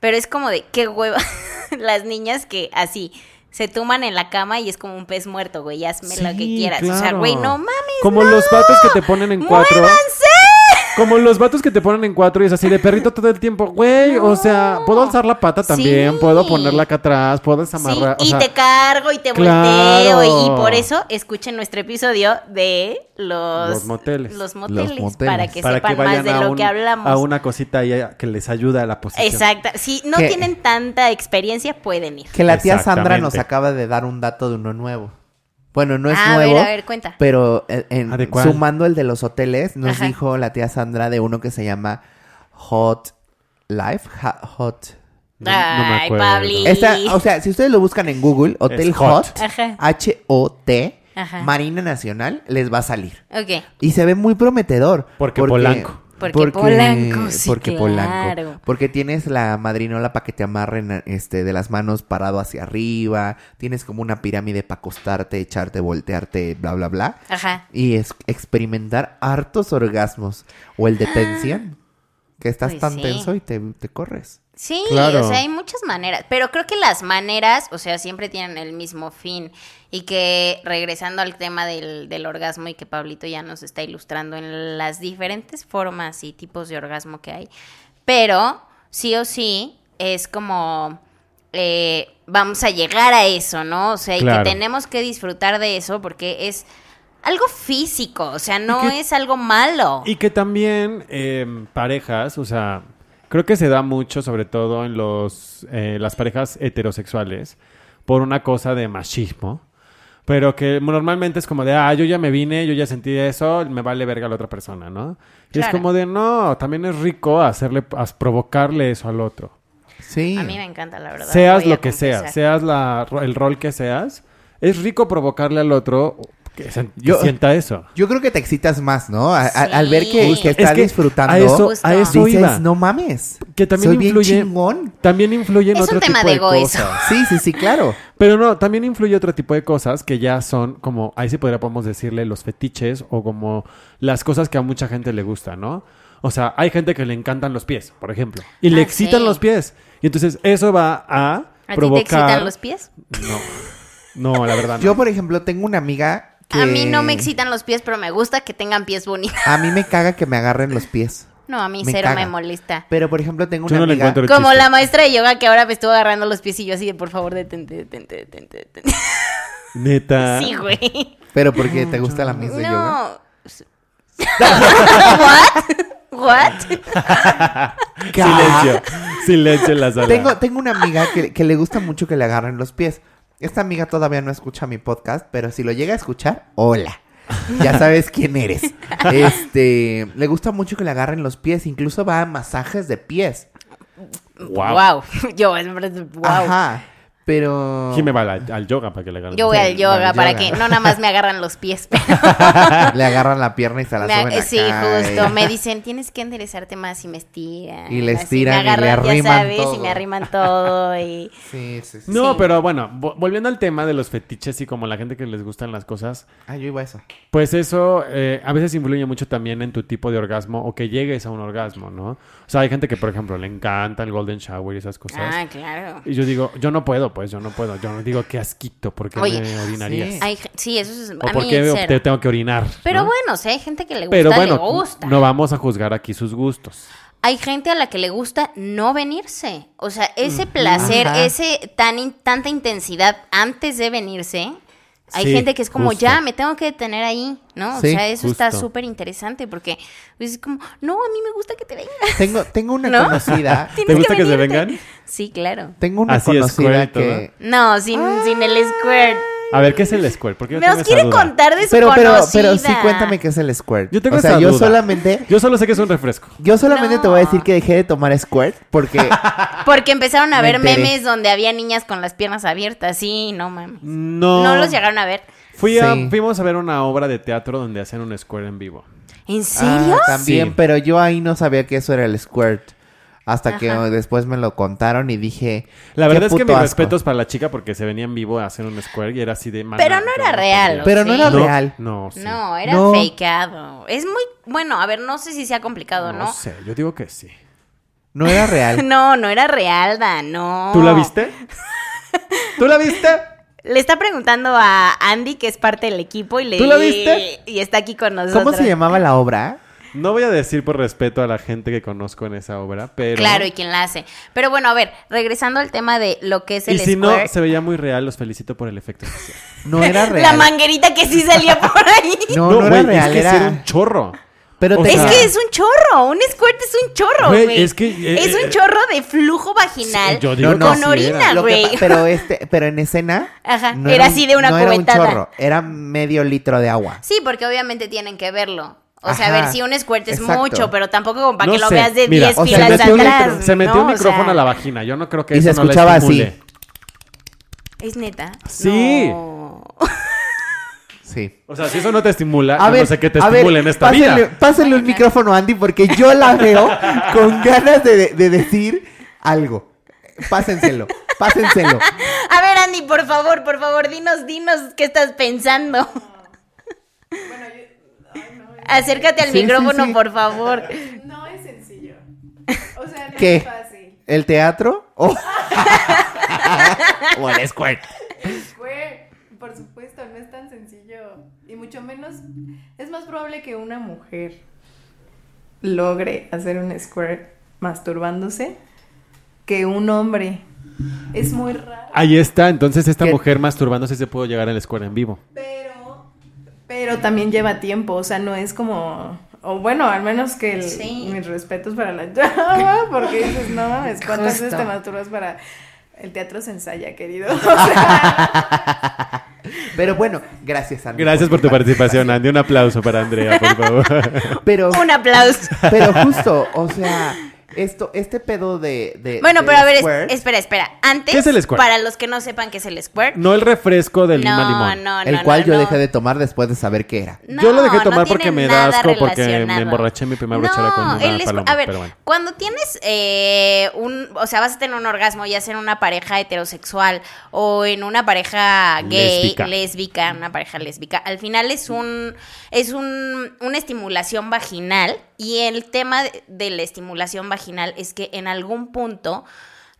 pero es como de qué hueva *laughs* las niñas que así se tuman en la cama y es como un pez muerto, güey, hazme lo que
Sí,
quieras. O sea,
claro.
güey, no mames.
Como los vatos que te ponen en cuatro.
¡Muévanse!
Como los vatos que te ponen en cuatro y es así de perrito todo el tiempo, güey. O sea,
No.
puedo alzar la pata también,
Sí.
puedo ponerla acá atrás, puedo desamarrar.
Sí,
o
y
sea,
te cargo y te
claro.
volteo. Y, y por eso escuchen nuestro episodio de los,
Los moteles.
Los moteles,
Los moteles.
para que
para
sepan
que
más
vayan
de
a,
lo
un-
que hablamos.
a una cosita ahí que les ayuda a la posición.
Exacta. Si no
Que-
tienen tanta experiencia, pueden ir.
que la tía Sandra nos
Exactamente.
acaba de dar un dato de uno nuevo. Bueno, no es
a
nuevo,
ver, a ver, cuenta.
pero eh, en-
¿Ah, de cuál?
sumando el de los hoteles, nos
Ajá.
dijo la tía Sandra de uno que se llama Hot Life, ha- Hot
No, no me
Ay,
acuerdo.
Pabli.
Esta- o sea, si ustedes lo buscan en Google, Hotel
Es hot.
Hot,
Ajá.
H-O-T,
Ajá.
Marina Nacional, les va a salir.
Ok.
Y se ve muy prometedor.
Porque Polanco.
Porque Polanco, sí, claro.
Porque tienes la madrinola para que te amarren este, de las manos parado hacia arriba. Tienes como una pirámide para acostarte, echarte, voltearte, bla, bla, bla.
Ajá.
Y es experimentar hartos orgasmos. O el de tensión. Que estás
Ah. Pues
tan
sí.
tenso y te, te corres.
Sí,
Claro.
o sea, hay muchas maneras, pero creo que las maneras, o sea, siempre tienen el mismo fin. Y que regresando al tema del, del orgasmo y que Pablito ya nos está ilustrando en las diferentes formas y tipos de orgasmo que hay, pero sí o sí es como eh, vamos a llegar a eso, ¿no? O sea, y
Claro.
que tenemos que disfrutar de eso porque es algo físico, o sea, no
que-
es algo malo.
Y que también eh, parejas, o sea, creo que se da mucho, sobre todo en los eh, las parejas heterosexuales, por una cosa de machismo. Pero que normalmente es como de, ah, yo ya me vine, yo ya sentí eso, me vale verga la otra persona, ¿no? Y es
Claro.
como de, no, también es rico hacerle, as- provocarle eso al otro.
Sí.
A mí me encanta, la verdad.
seas
voy a
lo que
confesar.
seas, seas la, el rol que seas, es rico provocarle al otro que, sen- que
Yo-
sienta eso.
Yo creo que te excitas más, ¿no? A- a- al ver que,
Sí. Pues,
que
Es
está
que
disfrutando.
A eso,
Justo.
a eso
dices,
iba.
no mames.
Que también
soy
influye-
bien chingón.
También influyen
Es un
otro
tema
tipo
de
de,
egoísmo.
cosas.
Sí, sí, sí, claro.
Pero no, también influye otro tipo de cosas que ya son como, ahí sí podría, podemos decirle, los fetiches o como las cosas que a mucha gente le gusta, ¿no? O sea, hay gente que le encantan los pies, por ejemplo, y le
Ah,
excitan
sí.
los pies. Y entonces eso va a
¿A ti te
provocar...
excitan los pies?
No, no, la verdad no.
Yo, por ejemplo, tengo una amiga que...
A mí no me excitan los pies, pero me gusta que tengan pies bonitos. *laughs*
A mí me caga que me agarren los pies.
No, a mí
Me
cero
caga.
me molesta.
Pero, por ejemplo, tengo
Yo
una
no le
amiga...
encuentro el
Como
chiste.
la maestra de yoga que ahora me estuvo agarrando los pies y yo así de, por favor, detente, detente, detente, detente.
Neta.
Sí, güey.
Pero porque te gusta la misa Ah. de yoga.
No. *laughs* ¿What? ¿What?
Silencio. *laughs* Silencio en la sala.
Tengo, tengo una amiga que, que le gusta mucho que le agarren los pies. Esta amiga todavía no escucha mi podcast, pero si lo llega a escuchar, hola. Ya sabes quién
*laughs*
eres. Este, le gusta mucho que le agarren los pies, incluso va a masajes de pies.
Guau.
Wow. Yo, wow.
Ajá. Pero
Jime va al, al yoga para que le agarre.
Yo voy
Sí,
al yoga
al
para
yoga.
que no nada más me agarran los pies. *laughs* pero
le agarran la pierna y se la
me-
suben
sí,
acá, eh.
justo.
y-
Me dicen, tienes que enderezarte más y me estiran.
Y le
así,
estiran y le
ya
arriman
sabes, y
todo.
me arriman todo. Y...
Sí, sí, sí.
No,
Sí.
pero bueno, vo- volviendo al tema de los fetiches y como la gente que les gustan las cosas,
Ah, yo iba a eso.
pues eso eh, a veces influye mucho también en tu tipo de orgasmo o que llegues a un orgasmo, ¿no? O sea, hay gente que, por ejemplo, le encanta el golden shower y esas cosas.
Ah, claro.
Y yo digo, yo no puedo, pues yo no puedo. Yo no digo qué asquito, ¿por qué
Oye,
me orinarías?
sí.
Ay, sí, eso es.
O
a
por
mí
qué
cero.
te tengo que orinar.
Pero
¿no?
bueno, si hay gente que le gusta,
Pero
le
bueno,
gusta.
no vamos a juzgar aquí sus gustos.
Hay gente a la que le gusta no venirse. O sea, ese placer,
Ajá.
ese tan in- tanta intensidad antes de venirse. Hay
Sí,
gente que es como,
justo.
ya, me tengo que detener ahí, ¿no? o
Sí,
sea, eso está
justo.
súper interesante porque es como, no, a mí me gusta que te vengas. *laughs*
Tengo, tengo una
¿No?
conocida.
¿Te
*laughs* Tienes
gusta que se
venirte.
vengan?
Sí, claro.
Tengo una
Así,
conocida
squirt,
que.
No, sin, sin el squirt.
A ver, ¿qué es el squirt? Porque yo tengo
Nos
esa
quiere
duda.
contar de su
Pero, pero,
conocida.
pero sí, cuéntame qué es el squirt.
Yo tengo
o sea,
esa
yo
duda.
solamente.
Yo solo sé que es un refresco.
Yo solamente te voy a decir
No.
que dejé de tomar squirt
*laughs*
porque ah,
Porque empezaron a
Me
ver
enteré.
memes donde había niñas con las piernas abiertas. Sí, no mames.
No.
No los llegaron a ver.
Fui a-
Sí.
Fuimos a ver una obra de teatro donde hacen un squirt en vivo.
¿En serio?
Ah, también,
Sí.
pero yo ahí no sabía que eso era el squirt. Hasta que
Ajá.
después me lo contaron y dije.
La
"Qué
verdad es que
puto
mis
asco".
respetos para la chica porque se venía en vivo a hacer un squirt y era así de
Pero
"Mana,
no
yo
era real,
podría".
Pero no
Sí.
era
No,
real.
No, sí.
No, era
No.
fakeado. Es muy. Bueno, a ver, no sé si sea complicado,
No
¿no?
sé, yo digo que sí.
No era real.
*laughs* No, no era real, Dan, no.
¿Tú la viste? ¿Tú la viste?
Le está preguntando a Andy, que es parte del equipo, y le.
¿Tú la viste?
Y está aquí con nosotros.
¿Cómo se llamaba la obra?
No voy a decir por respeto a la gente que conozco en esa obra, pero...
Claro, y quién la hace. Pero bueno, a ver, regresando al tema de lo que es el
Y si no,
squirt.
se veía muy real, los felicito por el efecto especial.
No era real.
*laughs* La manguerita que sí salía por ahí.
No, no, era
güey,
real.
es que sí
era...
era un chorro.
Pero
O
te-
Es
sea,
que es un chorro, un squirt es un chorro,
Güey,
güey.
es que, eh,
es
eh,
un chorro de flujo vaginal
Sí, yo digo
No, no,
con
sí
orina,
era.
Lo que
güey.
pa- pero este, pero en escena.
Ajá, era así de una
no era un
cubetada.
chorro, era medio litro de agua.
*laughs* Sí, porque obviamente tienen que verlo. O sea, a
Ajá,
ver, si un squirt es
exacto.
mucho, pero tampoco como para
No
que lo
sé,
veas de
mira,
10
o sea,
filas
se metió, un
atrás.
micro- se metió
¿no?
un
O sea,
micrófono a la vagina. Yo no creo que
Y se
eso no la
escuchaba
estimule.
así.
Es neta.
Sí.
No. *laughs*
Sí.
O sea, si eso no te estimula, yo Ah, no sé qué te estimula en esta
pásenle,
vida.
pásenle un
Bueno.
micrófono a Andy porque yo la veo con ganas de, de decir algo. Pásenselo, pásenselo.
A ver, Andy, por favor, por favor, dinos, dinos qué estás pensando. *laughs* Acércate al
Sí, sí,
micrófono,
sí.
por favor.
No es sencillo. O sea, no
¿Qué?
es fácil.
¿El teatro? Oh. O- o el squirt.
Fue- por supuesto, no es tan sencillo. Y mucho menos, es más probable que una mujer logre hacer un squirt masturbándose que un hombre. Es muy raro.
Ahí está, entonces esta
¿Qué?
mujer masturbándose se pudo llegar a la escuela en vivo.
Pero, pero también lleva tiempo. O sea, no es como... O bueno, al menos que el-
Sí.
mis respetos para la chava, porque dices, no mames, ¿cuántas veces
Justo.
te masturbas para...? El teatro se ensaya, querido. O sea,
Pero bueno, gracias Andy.
Gracias por tu participación, Andy. Un aplauso para Andrea, por favor.
Pero,
Un aplauso.
pero justo, o sea, esto, este pedo de. de-
Bueno,
del
pero a ver, es-
squirt-
espera, espera. Antes,
¿Qué es el squirt?
para los que no sepan qué es el squirt,
*laughs* No el refresco del
no,
lima limón.
no, no,
el cual
no,
yo
no.
dejé de tomar después de saber qué era.
Yo lo dejé
No,
tomar
no
porque
tiene
me da
nada
asco, porque
relacionado.
me emborraché mi primera borrachera con una
el squirt-
paloma,
A ver,
pero bueno.
cuando tienes eh, un... O sea, vas a tener un orgasmo ya sea en una pareja heterosexual o en una pareja gay,
Lésbica.
lésbica, una pareja lésbica, al final es un... Es un, una estimulación vaginal y el tema de, de la estimulación vaginal es que en algún punto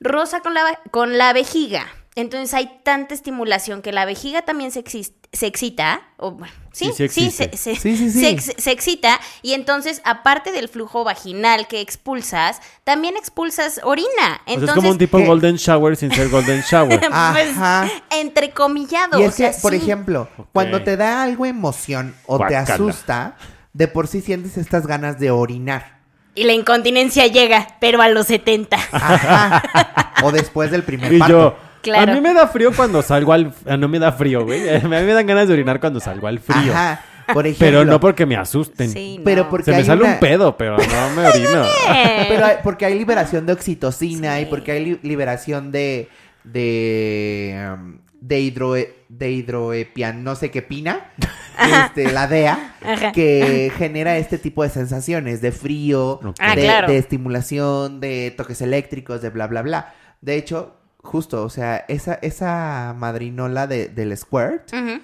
rosa con la, va- con la vejiga. Entonces hay tanta estimulación que la vejiga también se, exis- se excita, o bueno, sí,
Sí, sí
sí,
existe.
se, se-
Sí, sí, sí.
se ex- se excita y entonces aparte del flujo vaginal que expulsas, también expulsas orina.
O sea,
Entonces,
es como un tipo
¿qué?
golden shower sin ser golden
*laughs*
shower.
pues,
Ajá.
entrecomillado.
Y
o
es que,
sea,
por
sí.
ejemplo, cuando te da algo emoción o
Guácala.
te asusta, de por sí sientes estas ganas de orinar.
Y la incontinencia llega, pero a los 70.
Ah, Ajá. O después del primer
Y
parto.
yo,
Claro.
a mí me da frío cuando salgo al... ah, No me da frío, güey. *laughs* A mí me dan ganas de orinar cuando salgo al frío.
Ajá. Por ejemplo.
Pero no porque me asusten.
Sí, no.
Pero porque
Se me
hay
sale
una-
un pedo, pero no
*laughs*
me orino.
Eh,
*laughs* Pero hay- porque hay liberación de oxitocina y
Sí.
porque hay li- liberación de de um, de hidro de hidroepian no sé qué pina,
*laughs*
este, la DEA
Ajá.
que genera este tipo de sensaciones de frío,
Ok.
Ah,
de,
claro.
de estimulación, de toques eléctricos, de bla bla bla. De hecho, justo, o sea, esa esa madrinola de, del squirt
Ujú.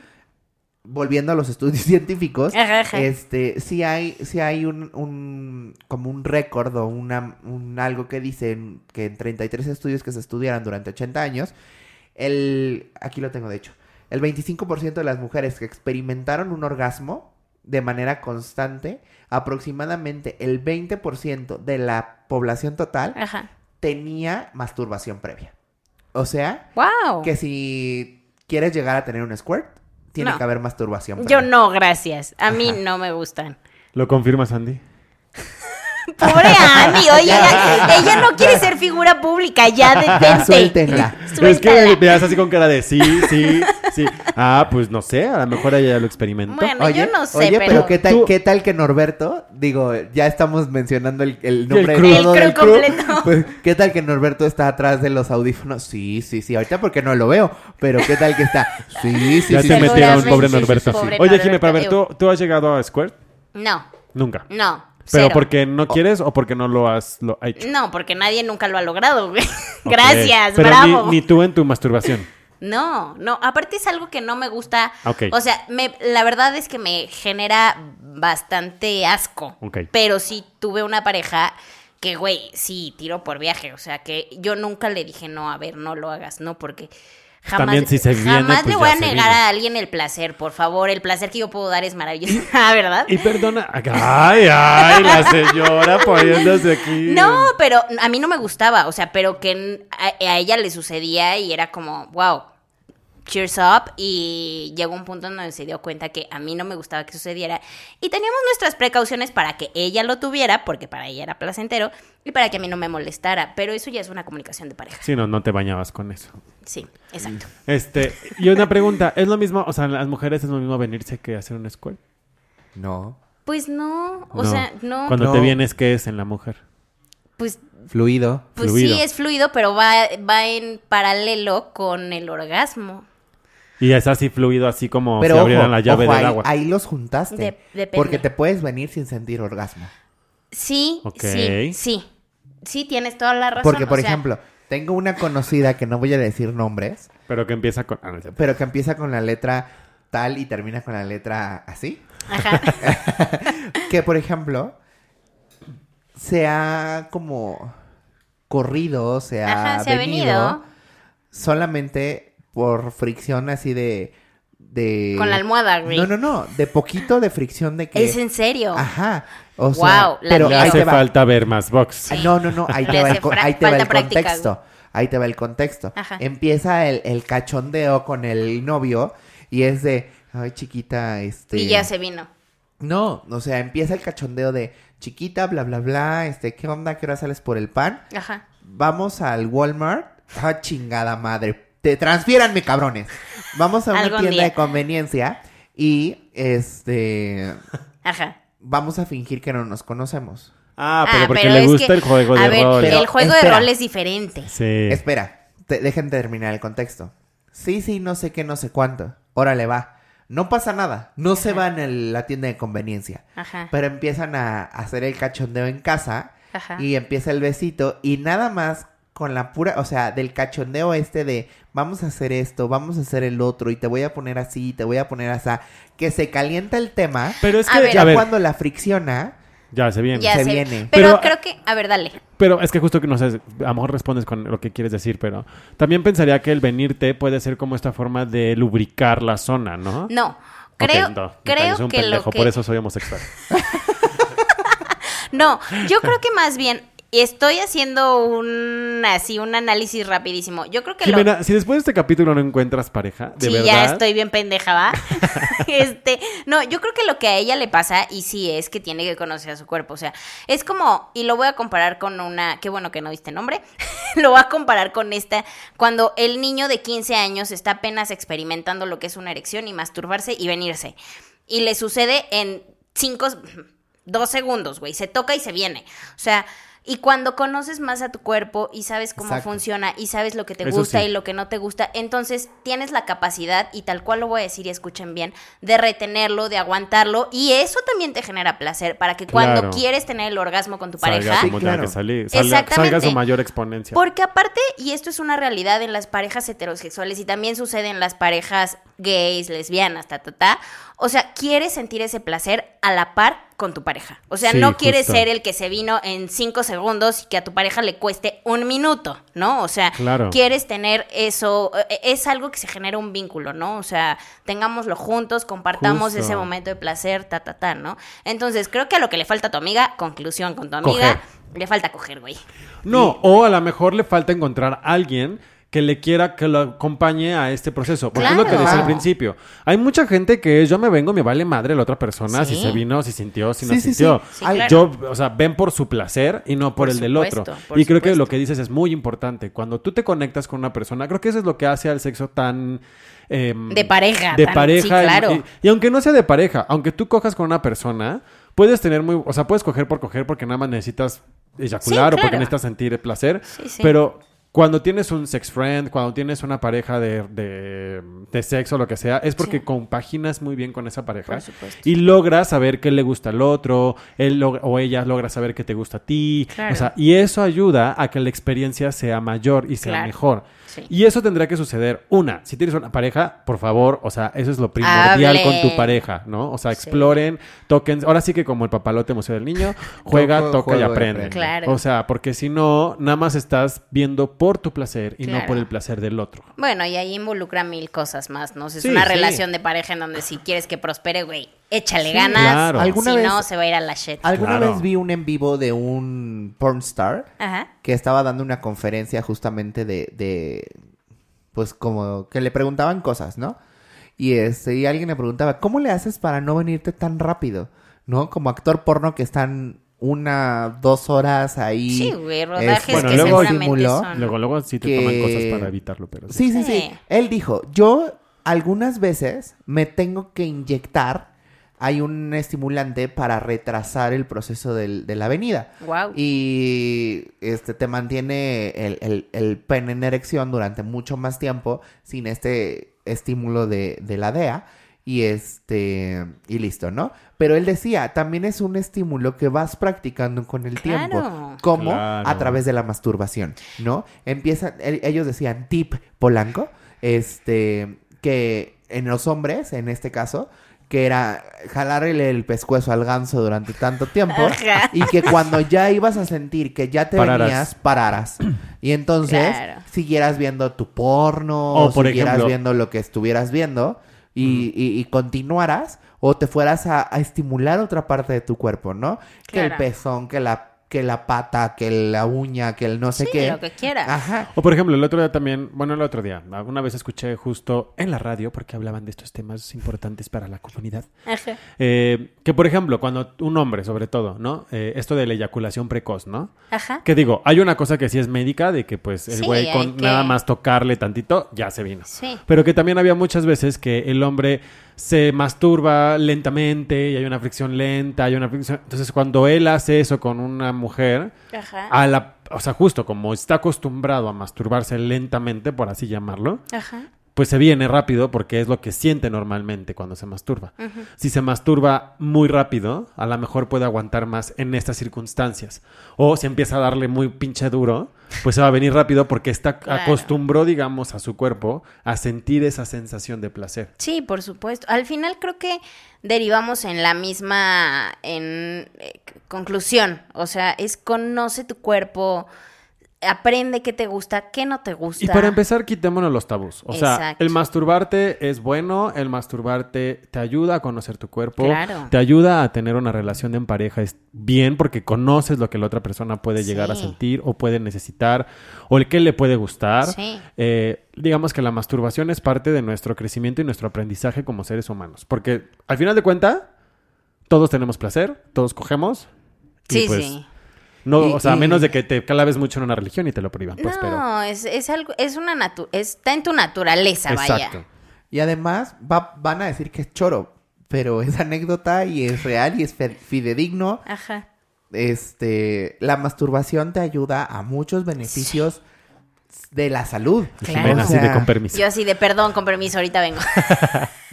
volviendo a los estudios *laughs* científicos,
Ajá, ajá.
este, sí hay, sí hay un, un- como un récord o una, un algo que dicen que en 33 estudios que se estudiaran durante 80 años, el, aquí lo tengo de hecho, el 25% de las mujeres que experimentaron un orgasmo de manera constante, aproximadamente el 20% de la población total
Ajá.
tenía masturbación previa. O sea,
Wow.
que si quieres llegar a tener un squirt, tiene
No.
que haber masturbación.
Yo
previa.
no, gracias. A mí no me gustan.
¿Lo confirmas, Andy?
Pobre Andy, oye, ella, ella no quiere ser figura pública, ya detente.
Suéltenla.
Es que me
*laughs* Suéltala.
veas así con cara de sí, sí, sí. Ah, pues no sé, a lo mejor ella ya lo experimentó.
Bueno, yo no sé,
oye,
pero-
pero, ¿qué, tal,
Tú-
¿qué tal que Norberto? Digo, ya estamos mencionando el, el nombre
crew.
todo
El
del
crew
crew.
completo.
*laughs* Pues, ¿Qué tal que Norberto está atrás de los audífonos? Sí, sí, sí. Ahorita porque no lo veo, pero ¿qué tal que está? Sí, sí,
ya
sí.
te
sí.
Seguramente,
metieron, pobre
sí, sí,
Norberto.
pobre
Oye,
Norberto,
Jimé, para ver,
eh.
¿tú, ¿tú has llegado a Squirt?
No,
Nunca.
no.
¿Pero
cero.
porque no
Oh.
quieres o porque no lo has lo hecho?
No, porque nadie nunca lo ha logrado, güey.
Ok.
*laughs* Gracias,
Pero
bravo.
Ni, ni tú en tu masturbación.
No, no, aparte es algo que no me gusta.
Ok.
O sea, me, la verdad es que me genera bastante asco.
Ok.
Pero sí tuve una pareja que, güey, sí, tiró por viaje. O sea, que yo nunca le dije, no, a ver, no lo hagas, no, porque jamás,
También si se viene,
jamás
pues
le voy
ya
a
se
negar
vino.
a alguien el placer, por favor. El placer que yo puedo dar es maravilloso. *laughs* Ah, ¿verdad?
Y perdona. Ay, ay, la señora poniéndose aquí.
No, pero a mí no me gustaba, o sea, pero que n- a, a ella le sucedía y era como, wow, cheers up. Y llegó un punto en donde se dio cuenta que a mí no me gustaba que sucediera. Y teníamos nuestras precauciones para que ella lo tuviera, porque para ella era placentero, y para que a mí no me molestara. Pero eso ya es una comunicación de pareja.
Sí, no, no te bañabas con eso.
Sí, exacto.
Este, y una pregunta, ¿es lo mismo, o sea, en las mujeres es lo mismo venirse que hacer un squirt?
No,
Pues no, o
No.
sea, no.
Cuando
No.
te vienes, ¿qué es en la mujer?
Pues,
fluido.
pues
Fluido.
sí es fluido, pero va, va en paralelo con el orgasmo.
Y es así fluido, así como
Pero
si
ojo,
abrieran la llave
ojo,
del
ahí,
agua.
ahí los juntaste.
De- depende.
porque te puedes venir sin sentir orgasmo.
Sí,
Ok.
sí, sí. Sí, tienes toda la razón.
Porque, por
o sea,
ejemplo, tengo una conocida que no voy a decir nombres,
Pero que empieza con... ah, no es cierto.
pero que empieza con la letra tal y termina con la letra así. *laughs*
Ajá.
que por ejemplo se ha como corrido, se ha,
Ajá, se ha venido.
solamente por fricción así de de
Con la almohada, güey.
eh, No, no, no, de poquito de fricción de que Ah,
Es en serio.
Ajá. O sea,
Wow, la
pero
Le
mierda.
ahí te
hace
va.
falta ver más box.
Ah, No, no, no,
*laughs*
ahí
Le
te va
hace
el, con-
fra-
ahí te va
falta
el
práctica,
contexto. Ahí te va el contexto.
Ajá.
Empieza el, el cachondeo con el novio y es de, ay chiquita, este...
Y ya se vino.
No, o sea, empieza el cachondeo de chiquita, bla, bla, bla, este, ¿qué onda? ¿Qué hora sales por el pan?
Ajá.
Vamos al Walmart. Ah, chingada madre. Te transfiéranme, cabrones. Vamos a una
Algún
tienda
día.
de conveniencia y, este,
Ajá.
vamos a fingir que no nos conocemos.
Ah, pero porque
pero
le
es
gusta
que-
el juego
a
de
ver,
rol.
Pero-
el juego de
espera.
rol es diferente.
Sí.
Espera, te, dejen terminar el contexto. Sí, sí, no sé qué, no sé cuánto. Órale, va. No pasa nada. No se va en el- la tienda de conveniencia.
Ajá.
Pero empiezan a hacer el cachondeo en casa
Ajá.
y empieza el besito y nada más con la pura, o sea, del cachondeo este de vamos a hacer esto, vamos a hacer el otro y te voy a poner así, te voy a poner así, que se calienta el tema,
Pero es
A
que,
ver.
ya, a ver,
cuando la fricciona,
ya se viene.
Ya
se
se
viene.
Pero,
Pero- ah,
creo que. A ver, dale.
Pero es que justo que no sé, a lo mejor respondes con lo que quieres decir, pero también pensaría que el venirte puede ser como esta forma de lubricar la zona, ¿no?
No.
Ok,
Creo,
no, me parece
creo
un
que lo
pendejo,
que.
por eso soy homosexual.
No, yo creo que más bien Y estoy haciendo un así un análisis rapidísimo. Yo creo *laughs* que lo-
Jimena, si después de este capítulo no encuentras pareja, de
sí,
verdad.
ya estoy bien pendeja, ¿va? *laughs* este, no, yo creo que lo que a ella le pasa, y sí, es que tiene que conocer a su cuerpo. O sea, es como, y lo voy a comparar con una, qué bueno que no viste nombre, *laughs* lo voy a comparar con esta, cuando el niño de 15 años está apenas experimentando lo que es una erección y masturbarse y venirse. Y le sucede en *laughs* 5, 2 segundos, güey. Se toca y se viene. O sea... Y cuando conoces más a tu cuerpo y sabes cómo
Exacto.
funciona y sabes lo que te
Eso
gusta
sí.
y lo que no te gusta, entonces tienes la capacidad, y tal cual lo voy a decir y escuchen bien, de retenerlo, de aguantarlo, y eso también te genera placer para que cuando
Claro.
quieres tener el orgasmo con tu
Salga
pareja,
como tenga
claro.
que salir. Salga,
Exactamente.
salga su mayor exponencia.
porque aparte, y esto es una realidad en las parejas heterosexuales y también sucede en las parejas gays, lesbianas, ta, ta, ta. O sea, quieres sentir ese placer a la par con tu pareja. O sea,
Sí,
no quieres
justo.
ser el que se vino en cinco segundos y que a tu pareja le cueste un minuto, ¿no? O sea,
Claro.
quieres tener eso, eh, es algo que se genera un vínculo, ¿no? O sea, tengámoslo juntos, compartamos
Justo.
ese momento de placer, ta, ta, ta, ¿no? Entonces, creo que a lo que le falta a tu amiga, conclusión con tu amiga, le falta coger, güey.
No, o a lo mejor le falta encontrar a alguien que le quiera que lo acompañe a este proceso. Porque es lo que
Claro.
decía al principio. Hay mucha gente que es, yo me vengo, me vale madre la otra persona, si
Sí.
se vino, si sintió, si no
Sí, sí, sí.
sintió.
Sí, claro.
Yo, o sea, ven por su placer y no por,
Por
el del
supuesto,
otro.
por
Y creo que
supuesto.
lo que dices es muy importante. Cuando tú te conectas con una persona, creo que eso es lo que hace al sexo tan... em,
De pareja,
De
tan-
pareja.
sí,
y-
claro.
y- y aunque no sea de pareja, aunque tú cojas con una persona, puedes tener muy, o sea, puedes coger por coger porque nada más necesitas eyacular
Sí,
o porque
claro.
necesitas sentir el placer.
Sí, sí.
Pero cuando tienes un sex friend, cuando tienes una pareja de, de, de sexo, lo que sea, es porque
Sí.
compaginas muy bien con esa pareja.
Por supuesto.
Y logras saber qué le gusta al otro, él log- o ella logra saber qué te gusta a ti.
Claro.
O sea, y eso ayuda a que la experiencia sea mayor y sea
Claro.
mejor.
Sí.
Y eso tendrá que suceder. Una, si tienes una pareja, por favor, o sea, eso es lo primordial con tu
Hablen.
pareja, ¿no? O sea,
Sí.
exploren, toquen. Ahora sí que como el papalote museo del
*laughs*
niño, juega,
Toco,
toca y
juego y
aprende.
aprende.
Claro.
O sea, porque si no, nada más estás viendo por tu placer y no
Claro.
por el placer del otro.
Bueno, y ahí involucra mil cosas más, ¿no? Si es
Sí,
una
sí.
relación de pareja en donde si quieres que prospere, güey, échale
Sí,
ganas.
claro.
Si
¿Alguna vez-
no, se va a ir a la shit.
Alguna
Claro.
vez vi un en vivo de un pornstar
Ajá.
que estaba dando una conferencia justamente de, de pues como que le preguntaban cosas, ¿no? Y este, y alguien le preguntaba, ¿cómo le haces para no venirte tan rápido? ¿No? Como actor porno que están una, dos horas ahí.
Sí, güey, rodajes
este,
Bueno,
que
luego
seguramente
simuló.
son...
Luego, luego sí te
Que-
toman cosas para evitarlo, pero sí.
Sí, sí, sí.
Sí.
Él dijo, yo algunas veces me tengo que inyectar, hay un estimulante para retrasar el proceso del- de la venida.
Guau.
Y este te mantiene el, el- el pene en erección durante mucho más tiempo sin este estímulo de, de la DEA. Y este, y listo, ¿no? Pero él decía, también es un estímulo que vas practicando con el
Claro.
tiempo. Como
Claro.
a través de la masturbación, ¿no? Empiezan, el- ellos decían tip polanco, este, que en los hombres, en este caso, que era jalarle el pescuezo al ganso durante tanto tiempo
Ajá.
y que cuando ya ibas a sentir que ya te
Pararas.
venías, pararas. Y entonces
Claro.
siguieras viendo tu porno,
O,
o
por
siguieras
ejemplo-
viendo lo que estuvieras viendo y, y- y continuaras o te fueras a, a estimular otra parte de tu cuerpo, ¿no? Que el
Claro.
pezón, que la que la pata, que la uña, que Ah. el no sé
Sí,
qué.
lo que quieras.
Ajá.
O por ejemplo, el otro día también, bueno, el otro día, una vez escuché justo en la radio, porque hablaban de estos temas importantes para la comunidad,
Ajá.
eh, que por ejemplo, cuando un hombre sobre todo, ¿no? Eh, esto de la eyaculación precoz, ¿no?
Ajá.
Que digo, hay una cosa que sí es médica, de que pues el
Sí,
güey
hay
con
que-
nada más tocarle tantito, ya se vino.
Sí.
Pero que también había muchas veces que el hombre se masturba lentamente y hay una fricción lenta, hay una fricción... Entonces cuando él hace eso con una mujer,
Ajá.
a la... O sea, justo como está acostumbrado a masturbarse lentamente, por así llamarlo,
Ajá.
pues se viene rápido porque es lo que siente normalmente cuando se masturba. Si se masturba muy rápido, a lo mejor puede aguantar más en estas circunstancias. O si empieza a darle muy pinche duro, pues se va a venir rápido porque está
Claro.
acostumbró, digamos, a su cuerpo a sentir esa sensación de placer.
Sí, por supuesto. Al final creo que derivamos en la misma en, eh, c- conclusión. O sea, es conoce tu cuerpo, aprende qué te gusta, qué no te gusta.
Y para empezar, quitémonos los tabús. O sea,
Exacto.
el masturbarte es bueno, el masturbarte te ayuda a conocer tu cuerpo,
Claro.
te ayuda a tener una relación en pareja es bien porque conoces lo que la otra persona puede llegar a
Sí.
sentir o puede necesitar o el que le puede gustar.
Sí.
Eh, digamos que la masturbación es parte de nuestro crecimiento y nuestro aprendizaje como seres humanos, porque al final de cuentas todos tenemos placer, todos cogemos. y
Sí,
pues,
sí.
No,
Y-
o sea, a
y-
menos de que te claves mucho en una religión y te lo prohíban, pues,
no,
pero
es, es algo, es una natu está en tu naturaleza, vaya.
Y además va- van a decir que es choro, pero es anécdota y es real y es fe- fidedigno.
Ajá.
Este, la masturbación te ayuda a muchos beneficios de la salud.
Claro.
Ven
O
así de con permiso.
Yo así de perdón, con permiso, ahorita vengo.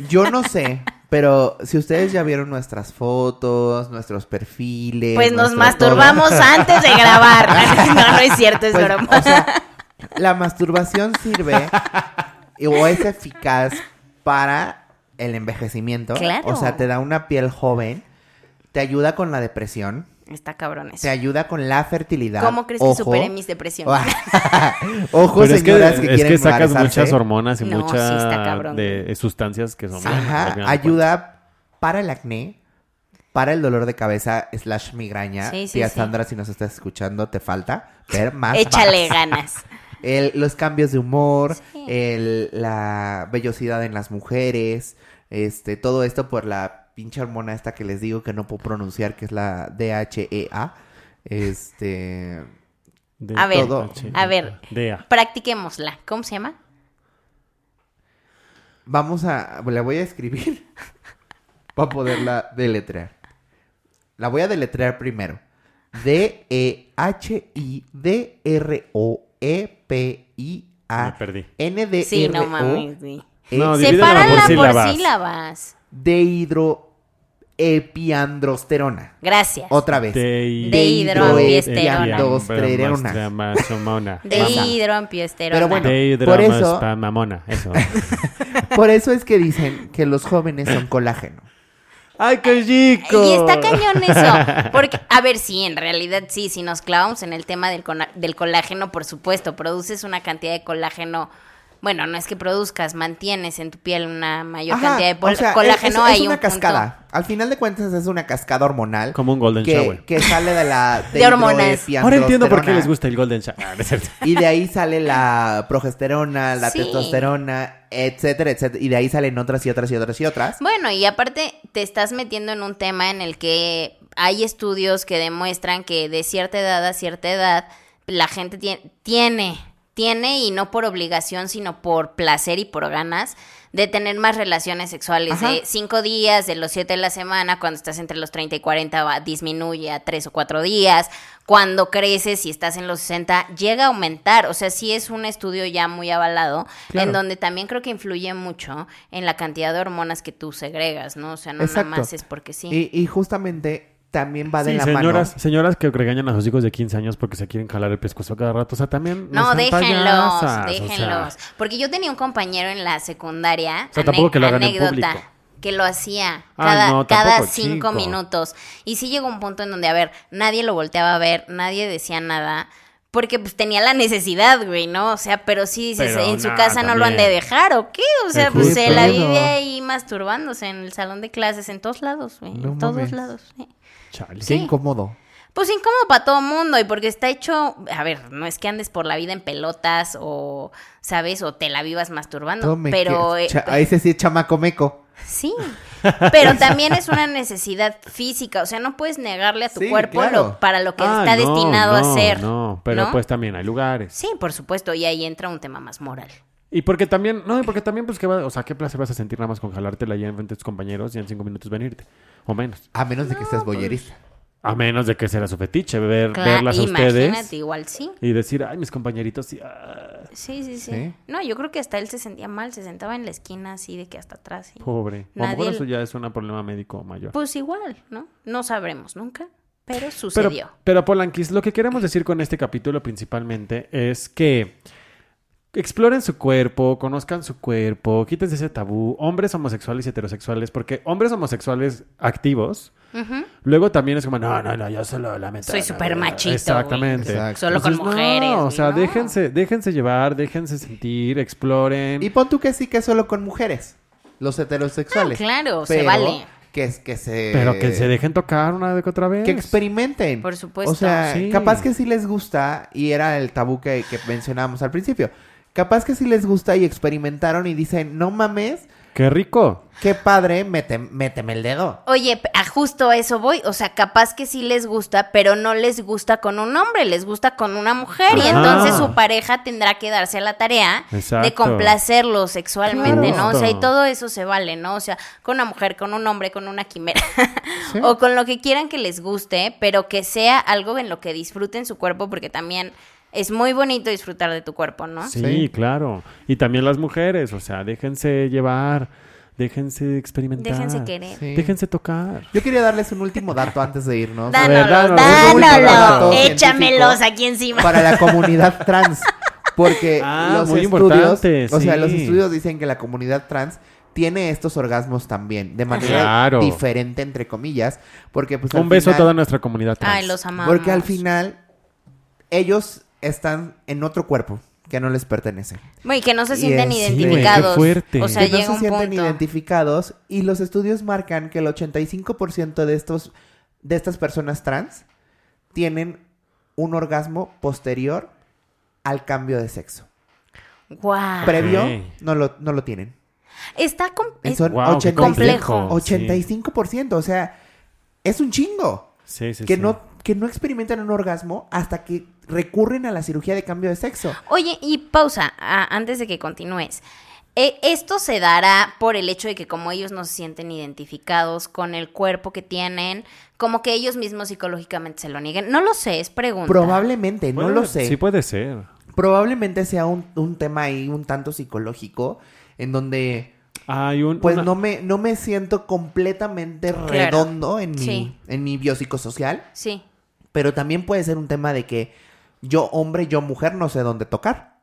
Yo no sé, pero si ustedes ya vieron nuestras fotos, nuestros perfiles.
*laughs* Pues nos
nuestro *laughs*
masturbamos antes de grabar. *laughs* No, no es cierto, es
Pues,
broma.
o
*laughs*
sea, la masturbación sirve y- o es eficaz para el envejecimiento.
Claro.
O sea, te da una piel joven, te ayuda con la depresión,
Está cabrón eso.
te ayuda con la fertilidad.
¿Cómo crees
Ojo.
que superé mis depresiones?
*laughs* Ojo,
Pero es que,
señoras que,
es
quieren
que sacas
embarazarse.
muchas hormonas y
No, sí, está
muchas
cabrón.
de eh, sustancias que son. al final
Ajá,
de
ayuda para el acné, para el dolor de cabeza slash migraña.
Sí, sí,
Tía
sí.
Sandra, si nos estás escuchando, te falta ver más.
Échale ganas.
El- los cambios de humor,
Sí.
el- la vellosidad en las mujeres, este, todo esto por la pinche hormona esta que les digo que no puedo pronunciar, que es la DHEA. Este,
cuentas.
A ver,
todo.
a ver.
DEA.
Practiquémosla. ¿Cómo se llama?
vamos a, la voy a escribir *laughs* para poderla deletrear. La voy a deletrear primero. E
Me
D-E-H-I-D-R-O-E-P-I-A.
perdí.
N D
Sí, no
Eh, R O
mames. sí.
E
No,
P-
Divídela
Sepárala
por
por sílabas.
sílabas.
dehidroepiandrosterona.
Gracias.
Otra vez.
Dehidroamfiesterona.
Dehidroamfiesterona.
Dehidroamfiesterona.
Pero bueno. Por eso-
Dehidroampamamona.
*laughs*
Eso.
Por eso es que dicen que los jóvenes son colágeno.
¡Ay, qué chico!
Y está cañón
*laughs*
eso. Porque, a ver, sí, en realidad sí, si nos clavamos en el tema del, cona- del colágeno, por supuesto, produces una cantidad de colágeno. Bueno, no es que produzcas, mantienes en tu piel una mayor
Ajá,
cantidad de pol-
o sea, es-
pues, colágeno.
es, es
hay
una
un punto
cascada. Al final de cuentas es una cascada hormonal.
Como un golden
que,
shower.
Que sale de la
*laughs* De hormonas.
Ahora entiendo por qué les
dehidroepiandrosterona.
gusta el Golden Shower. *laughs* Ah, no es cierto.
Y de ahí sale la progesterona, la
Sí.
testosterona, etcétera, etcétera. Y de ahí salen otras y otras y otras y otras.
Bueno, y aparte te estás metiendo en un tema en el que hay estudios que demuestran que de cierta edad a cierta edad la gente tie- tiene, tiene y no por obligación, sino por placer y por ganas de tener más relaciones sexuales
Ajá.
de cinco días, de los siete de la semana, cuando estás entre los 30 y 40 va- disminuye a tres o cuatro días, cuando creces y estás en los 60 llega a aumentar, o sea, sí es un estudio ya muy avalado,
Claro.
en donde también creo que influye mucho en la cantidad de hormonas que tú segregas, ¿no? O sea, no
Exacto.
nada más es porque sí.
Y, y justamente también va de
Sí,
la
señoras,
mano.
señoras que regañan a sus hijos de 15 años porque se quieren jalar el pescuezo a cada rato. O sea, también.
No,
sean
déjenlos,
payasas, o sea.
déjenlos. Porque yo tenía un compañero en la secundaria,
O sea, tampoco que lo hagan en público.
que lo hacía
Ah,
cada,
no,
cada
tampoco,
cinco
chico.
minutos. Y sí llegó un punto en donde, a ver, nadie lo volteaba a ver, nadie decía nada. Porque pues tenía la necesidad, güey, ¿no? O sea, pero sí dices,
Pero
en su
no,
casa no lo han de
también.
dejar, ¿o qué? O sea,
Es
pues se
justo.
la vive ahí masturbándose en el salón de clases, en todos lados, güey,
No
en todos
mames.
lados. sí.
Chale.
Qué incómodo.
Pues incómodo para todo mundo y porque está hecho, a ver, no es que andes por la vida en pelotas o, ¿sabes? O te la vivas masturbando,
Todo me
pero
que-
eh,
cha- ahí se sí es chamaco meco.
*laughs* sí. Pero también es una necesidad física, o sea, no puedes negarle a tu
Sí,
cuerdo
claro.
lo- para lo que
Ah,
está
no,
destinado
no,
a ser.
No, pero
¿no?
pues también hay lugares.
Sí, por supuesto, y ahí entra un tema más moral.
Y porque también, no, y porque también, pues, que va, o sea, ¿qué placer vas a sentir nada más con jalártela allá enfrente de tus compañeros y en cinco minutos venirte? O menos.
A menos de que seas
pues.
boyerista.
A menos de que sea su fetiche, ver,
Cla-
verlas a
imagínate,
ustedes
igual sí.
y decir, ay, mis compañeritos, sí, ah,
sí. Sí, sí,
Sí.
No, yo creo que hasta él se sentía mal, se sentaba en la esquina así de que hasta atrás. sí.
pobre. O a lo
Nadie
mejor
le-
eso ya es un problema médico mayor.
Pues igual, ¿no? No sabremos nunca, pero
Pero,
sucedió.
pero Polanquis, lo que queremos decir con este capítulo principalmente es que Exploren su cuerpo, conozcan su cuerpo, quítense ese tabú. Hombres homosexuales y heterosexuales, porque hombres homosexuales activos,
Ujú.
luego también es como, no, no, no, yo solo lamento.
Soy
no,
súper
no, no".
machito, güey.
Exactamente.
Exacto.
Solo con
Entonces,
mujeres.
No, o
güey,
sea,
no.
déjense, déjense llevar, déjense sentir, exploren.
Y pon tú que sí, que solo con mujeres. Los heterosexuales.
Ah, claro, se vale.
Que, es- que se...
Pero que se dejen tocar una vez que otra vez.
pues, Que experimenten.
Por supuesto.
O sea,
Sí.
capaz que sí les gusta, y era el tabú que, que mencionábamos al principio. Capaz que sí les gusta y experimentaron y dicen, no mames,
Qué rico.
qué padre, mete- méteme el dedo.
Oye, p- a justo a eso voy. O sea, capaz que sí les gusta, pero no les gusta con un hombre, les gusta con una mujer. Y
Ajá.
entonces su pareja tendrá que darse a la tarea de
Exacto.
complacerlo sexualmente, ¿no? O sea, y
Justo.
todo eso se vale, ¿no? O sea, con una mujer, con un hombre, con una quimera.
Sí.
*laughs* o con lo que quieran que les guste, pero que sea algo en lo que disfruten su cuerpo, porque también es muy bonito disfrutar de tu cuerpo, ¿no?
Sí,
Ah, Sí.
claro. Y también las mujeres, o sea, déjense llevar, déjense experimentar.
Déjense querer.
Sí.
Déjense tocar.
Yo quería darles un último dato antes de irnos.
Da-
Dánoslo,
dánoslo,
dánoslo,
dánoslo.
échamelos aquí
*laughs*
encima.
para la comunidad trans. Porque
*laughs* Ah,
los
muy
estudios,
importante,
o sea,
sí.
los estudios dicen que la comunidad trans tiene estos orgasmos también, de manera
Claro.
diferente entre comillas, porque pues al
Un beso a
final-
toda nuestra comunidad trans.
Ay, los amamos.
porque al final ellos están en otro cuerpo que no les pertenece.
Güey, que no se
Y
sienten
es- sí, güey, qué
identificados.
fuerte.
O sea,
que no
llega
se
un
sienten
punto.
identificados y los estudios marcan que el 85% de estos de estas personas trans tienen un orgasmo posterior al cambio de sexo.
Guau.
Previo
Ok.
no lo, no lo tienen.
Está com- es-
Son
Guau, qué
80
complejo.
85%, o sea, es un chingo
Sí, sí,
que
sí.
no que no experimentan un orgasmo hasta que recurren a la cirugía de cambio de sexo.
Oye, y pausa, ah, antes de que continúes. Eh, esto se dará por el hecho de que como ellos no se sienten identificados con el cuerpo que tienen, como que ellos mismos psicológicamente se lo nieguen. No lo sé, es pregunta.
Probablemente, no
Puede-
lo sé.
Sí puede ser.
Probablemente sea un, un tema ahí un tanto psicológico en donde
Hay un
pues
una-
no me no me siento completamente redondo en mi
Sí.
en mi biopsicosocial,
Sí.
pero también puede ser un tema de que yo hombre, yo mujer no sé dónde tocar.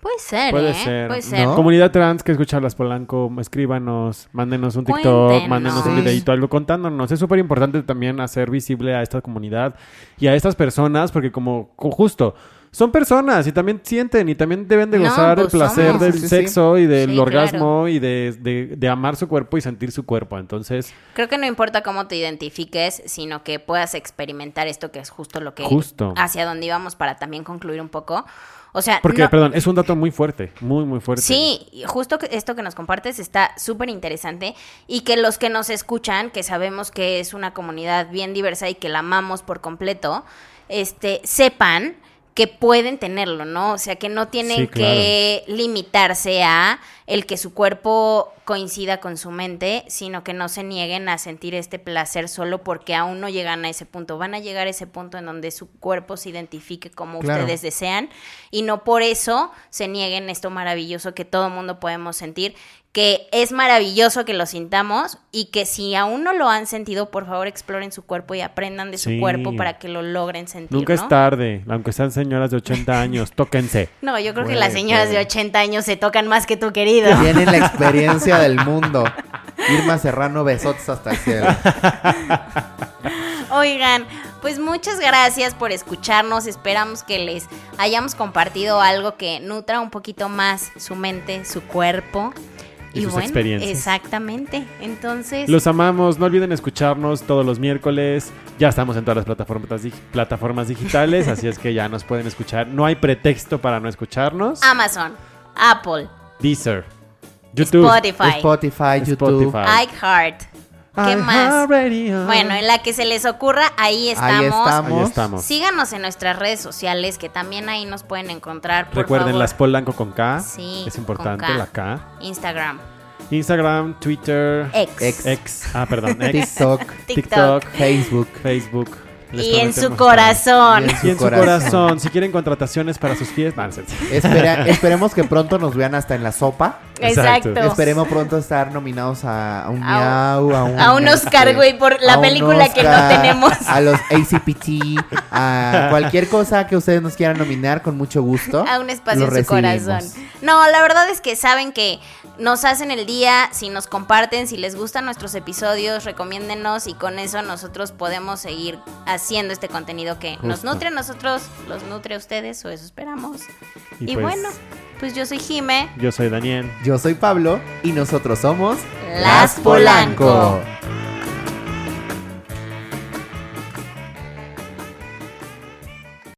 Puede ser,
Puede
¿eh?
ser.
Puede ser.
¿No?
Comunidad trans que escucha Las Polanco, escríbanos, mándenos un TikTok,
Cuéntenos.
mándenos un
Sí.
videito, algo contándonos. Es súper importante también hacer visible a esta comunidad y a estas personas, porque como co- justo, son personas y también sienten y también deben de
No,
gozar
pues
el placer
somos.
del
Sí, sí, sí.
sexo y del
Sí,
orgasmo y de, de- de amar su cuerpo y sentir su cuerpo. Entonces,
Creo que no importa cómo te identifiques, sino que puedas experimentar esto que es justo lo que...
Justo.
Hacia donde íbamos para también concluir un poco. O sea,
porque,
Ah, no-
perdón, es un dato muy fuerte, muy, muy fuerte.
Sí, y justo que- esto que nos compartes está súper interesante y que los que nos escuchan, que sabemos que es una comunidad bien diversa y que la amamos por completo, este, sepan que pueden tenerlo, ¿no? O sea, que no tienen
Sí, claro.
que limitarse a el que su cuerpo coincida con su mente, sino que no se nieguen a sentir este placer solo porque aún no llegan a ese punto. Van a llegar a ese punto en donde su cuerpo se identifique como
Claro.
ustedes desean y no por eso se nieguen esto maravilloso que todo mundo podemos sentir, que es maravilloso que lo sintamos y que si aún no lo han sentido, por favor exploren su cuerpo y aprendan de su
Sí.
cuerpo para que lo logren sentir.
Nunca
¿no?
es tarde, aunque sean señoras de 80 años, tóquense.
No, yo creo
Puede,
que las señoras
puede.
de 80 años se tocan más que tú, querido.
*laughs* Tienen la experiencia del mundo. Irma Serrano besotes hasta el cielo.
Oigan, pues muchas gracias por escucharnos. Esperamos que les hayamos compartido algo que nutra un poquito más su mente, su cuerpo.
Y sus experiencias.
Exactamente. Entonces,
Los amamos, no olviden escucharnos todos los miércoles. Ya estamos en todas las plataformas, dig- plataformas digitales, así es que ya nos pueden escuchar. No hay pretexto para no escucharnos.
Amazon, Apple,
Deezer, YouTube,
Spotify,
Spotify, YouTube.
Spotify.
iHeart. ¿Qué más?
iHeartRadio.
Bueno, en la que se les ocurra, ahí estamos.
Ahí estamos.
ahí estamos.
Síganos en nuestras redes sociales, que también ahí nos pueden encontrar. Por
Recuerden
favor.
las Polanco con K.
Sí,
es
con
importante
K.
la K.
Instagram,
Instagram, Twitter,
X,
Ex.
X. Ah, perdón, X,
TikTok,
TikTok,
Facebook,
Facebook.
Facebook. Les
y en su
prometemos-
corazón.
Y en
Y en su corazón. Si quieren contrataciones para sus fiestas. No, no es cierto. *laughs*
Espera- esperemos que pronto nos vean hasta en la sopa.
Exacto.
Exacto.
Esperemos pronto estar nominados a, a un
A
miau, a un,
A un Oscar,
este,
güey, por
a
la
un
película que no
Oscar,
tenemos.
A los ACPT, a cualquier cosa que ustedes nos quieran nominar con mucho gusto.
A un espacio
lo
en su
recibimos.
corazón. No, la verdad es que saben que nos hacen el día, si nos comparten, si les gustan nuestros episodios, recomiéndenos y con eso nosotros podemos seguir haciendo este contenido que nos
Justo.
nutre a nosotros, los nutre a ustedes, o eso esperamos.
Y
Y,
pues-
bueno, pues yo soy Jime.
Yo soy Daniel.
Yo soy Pablo y nosotros somos
Las Polanco.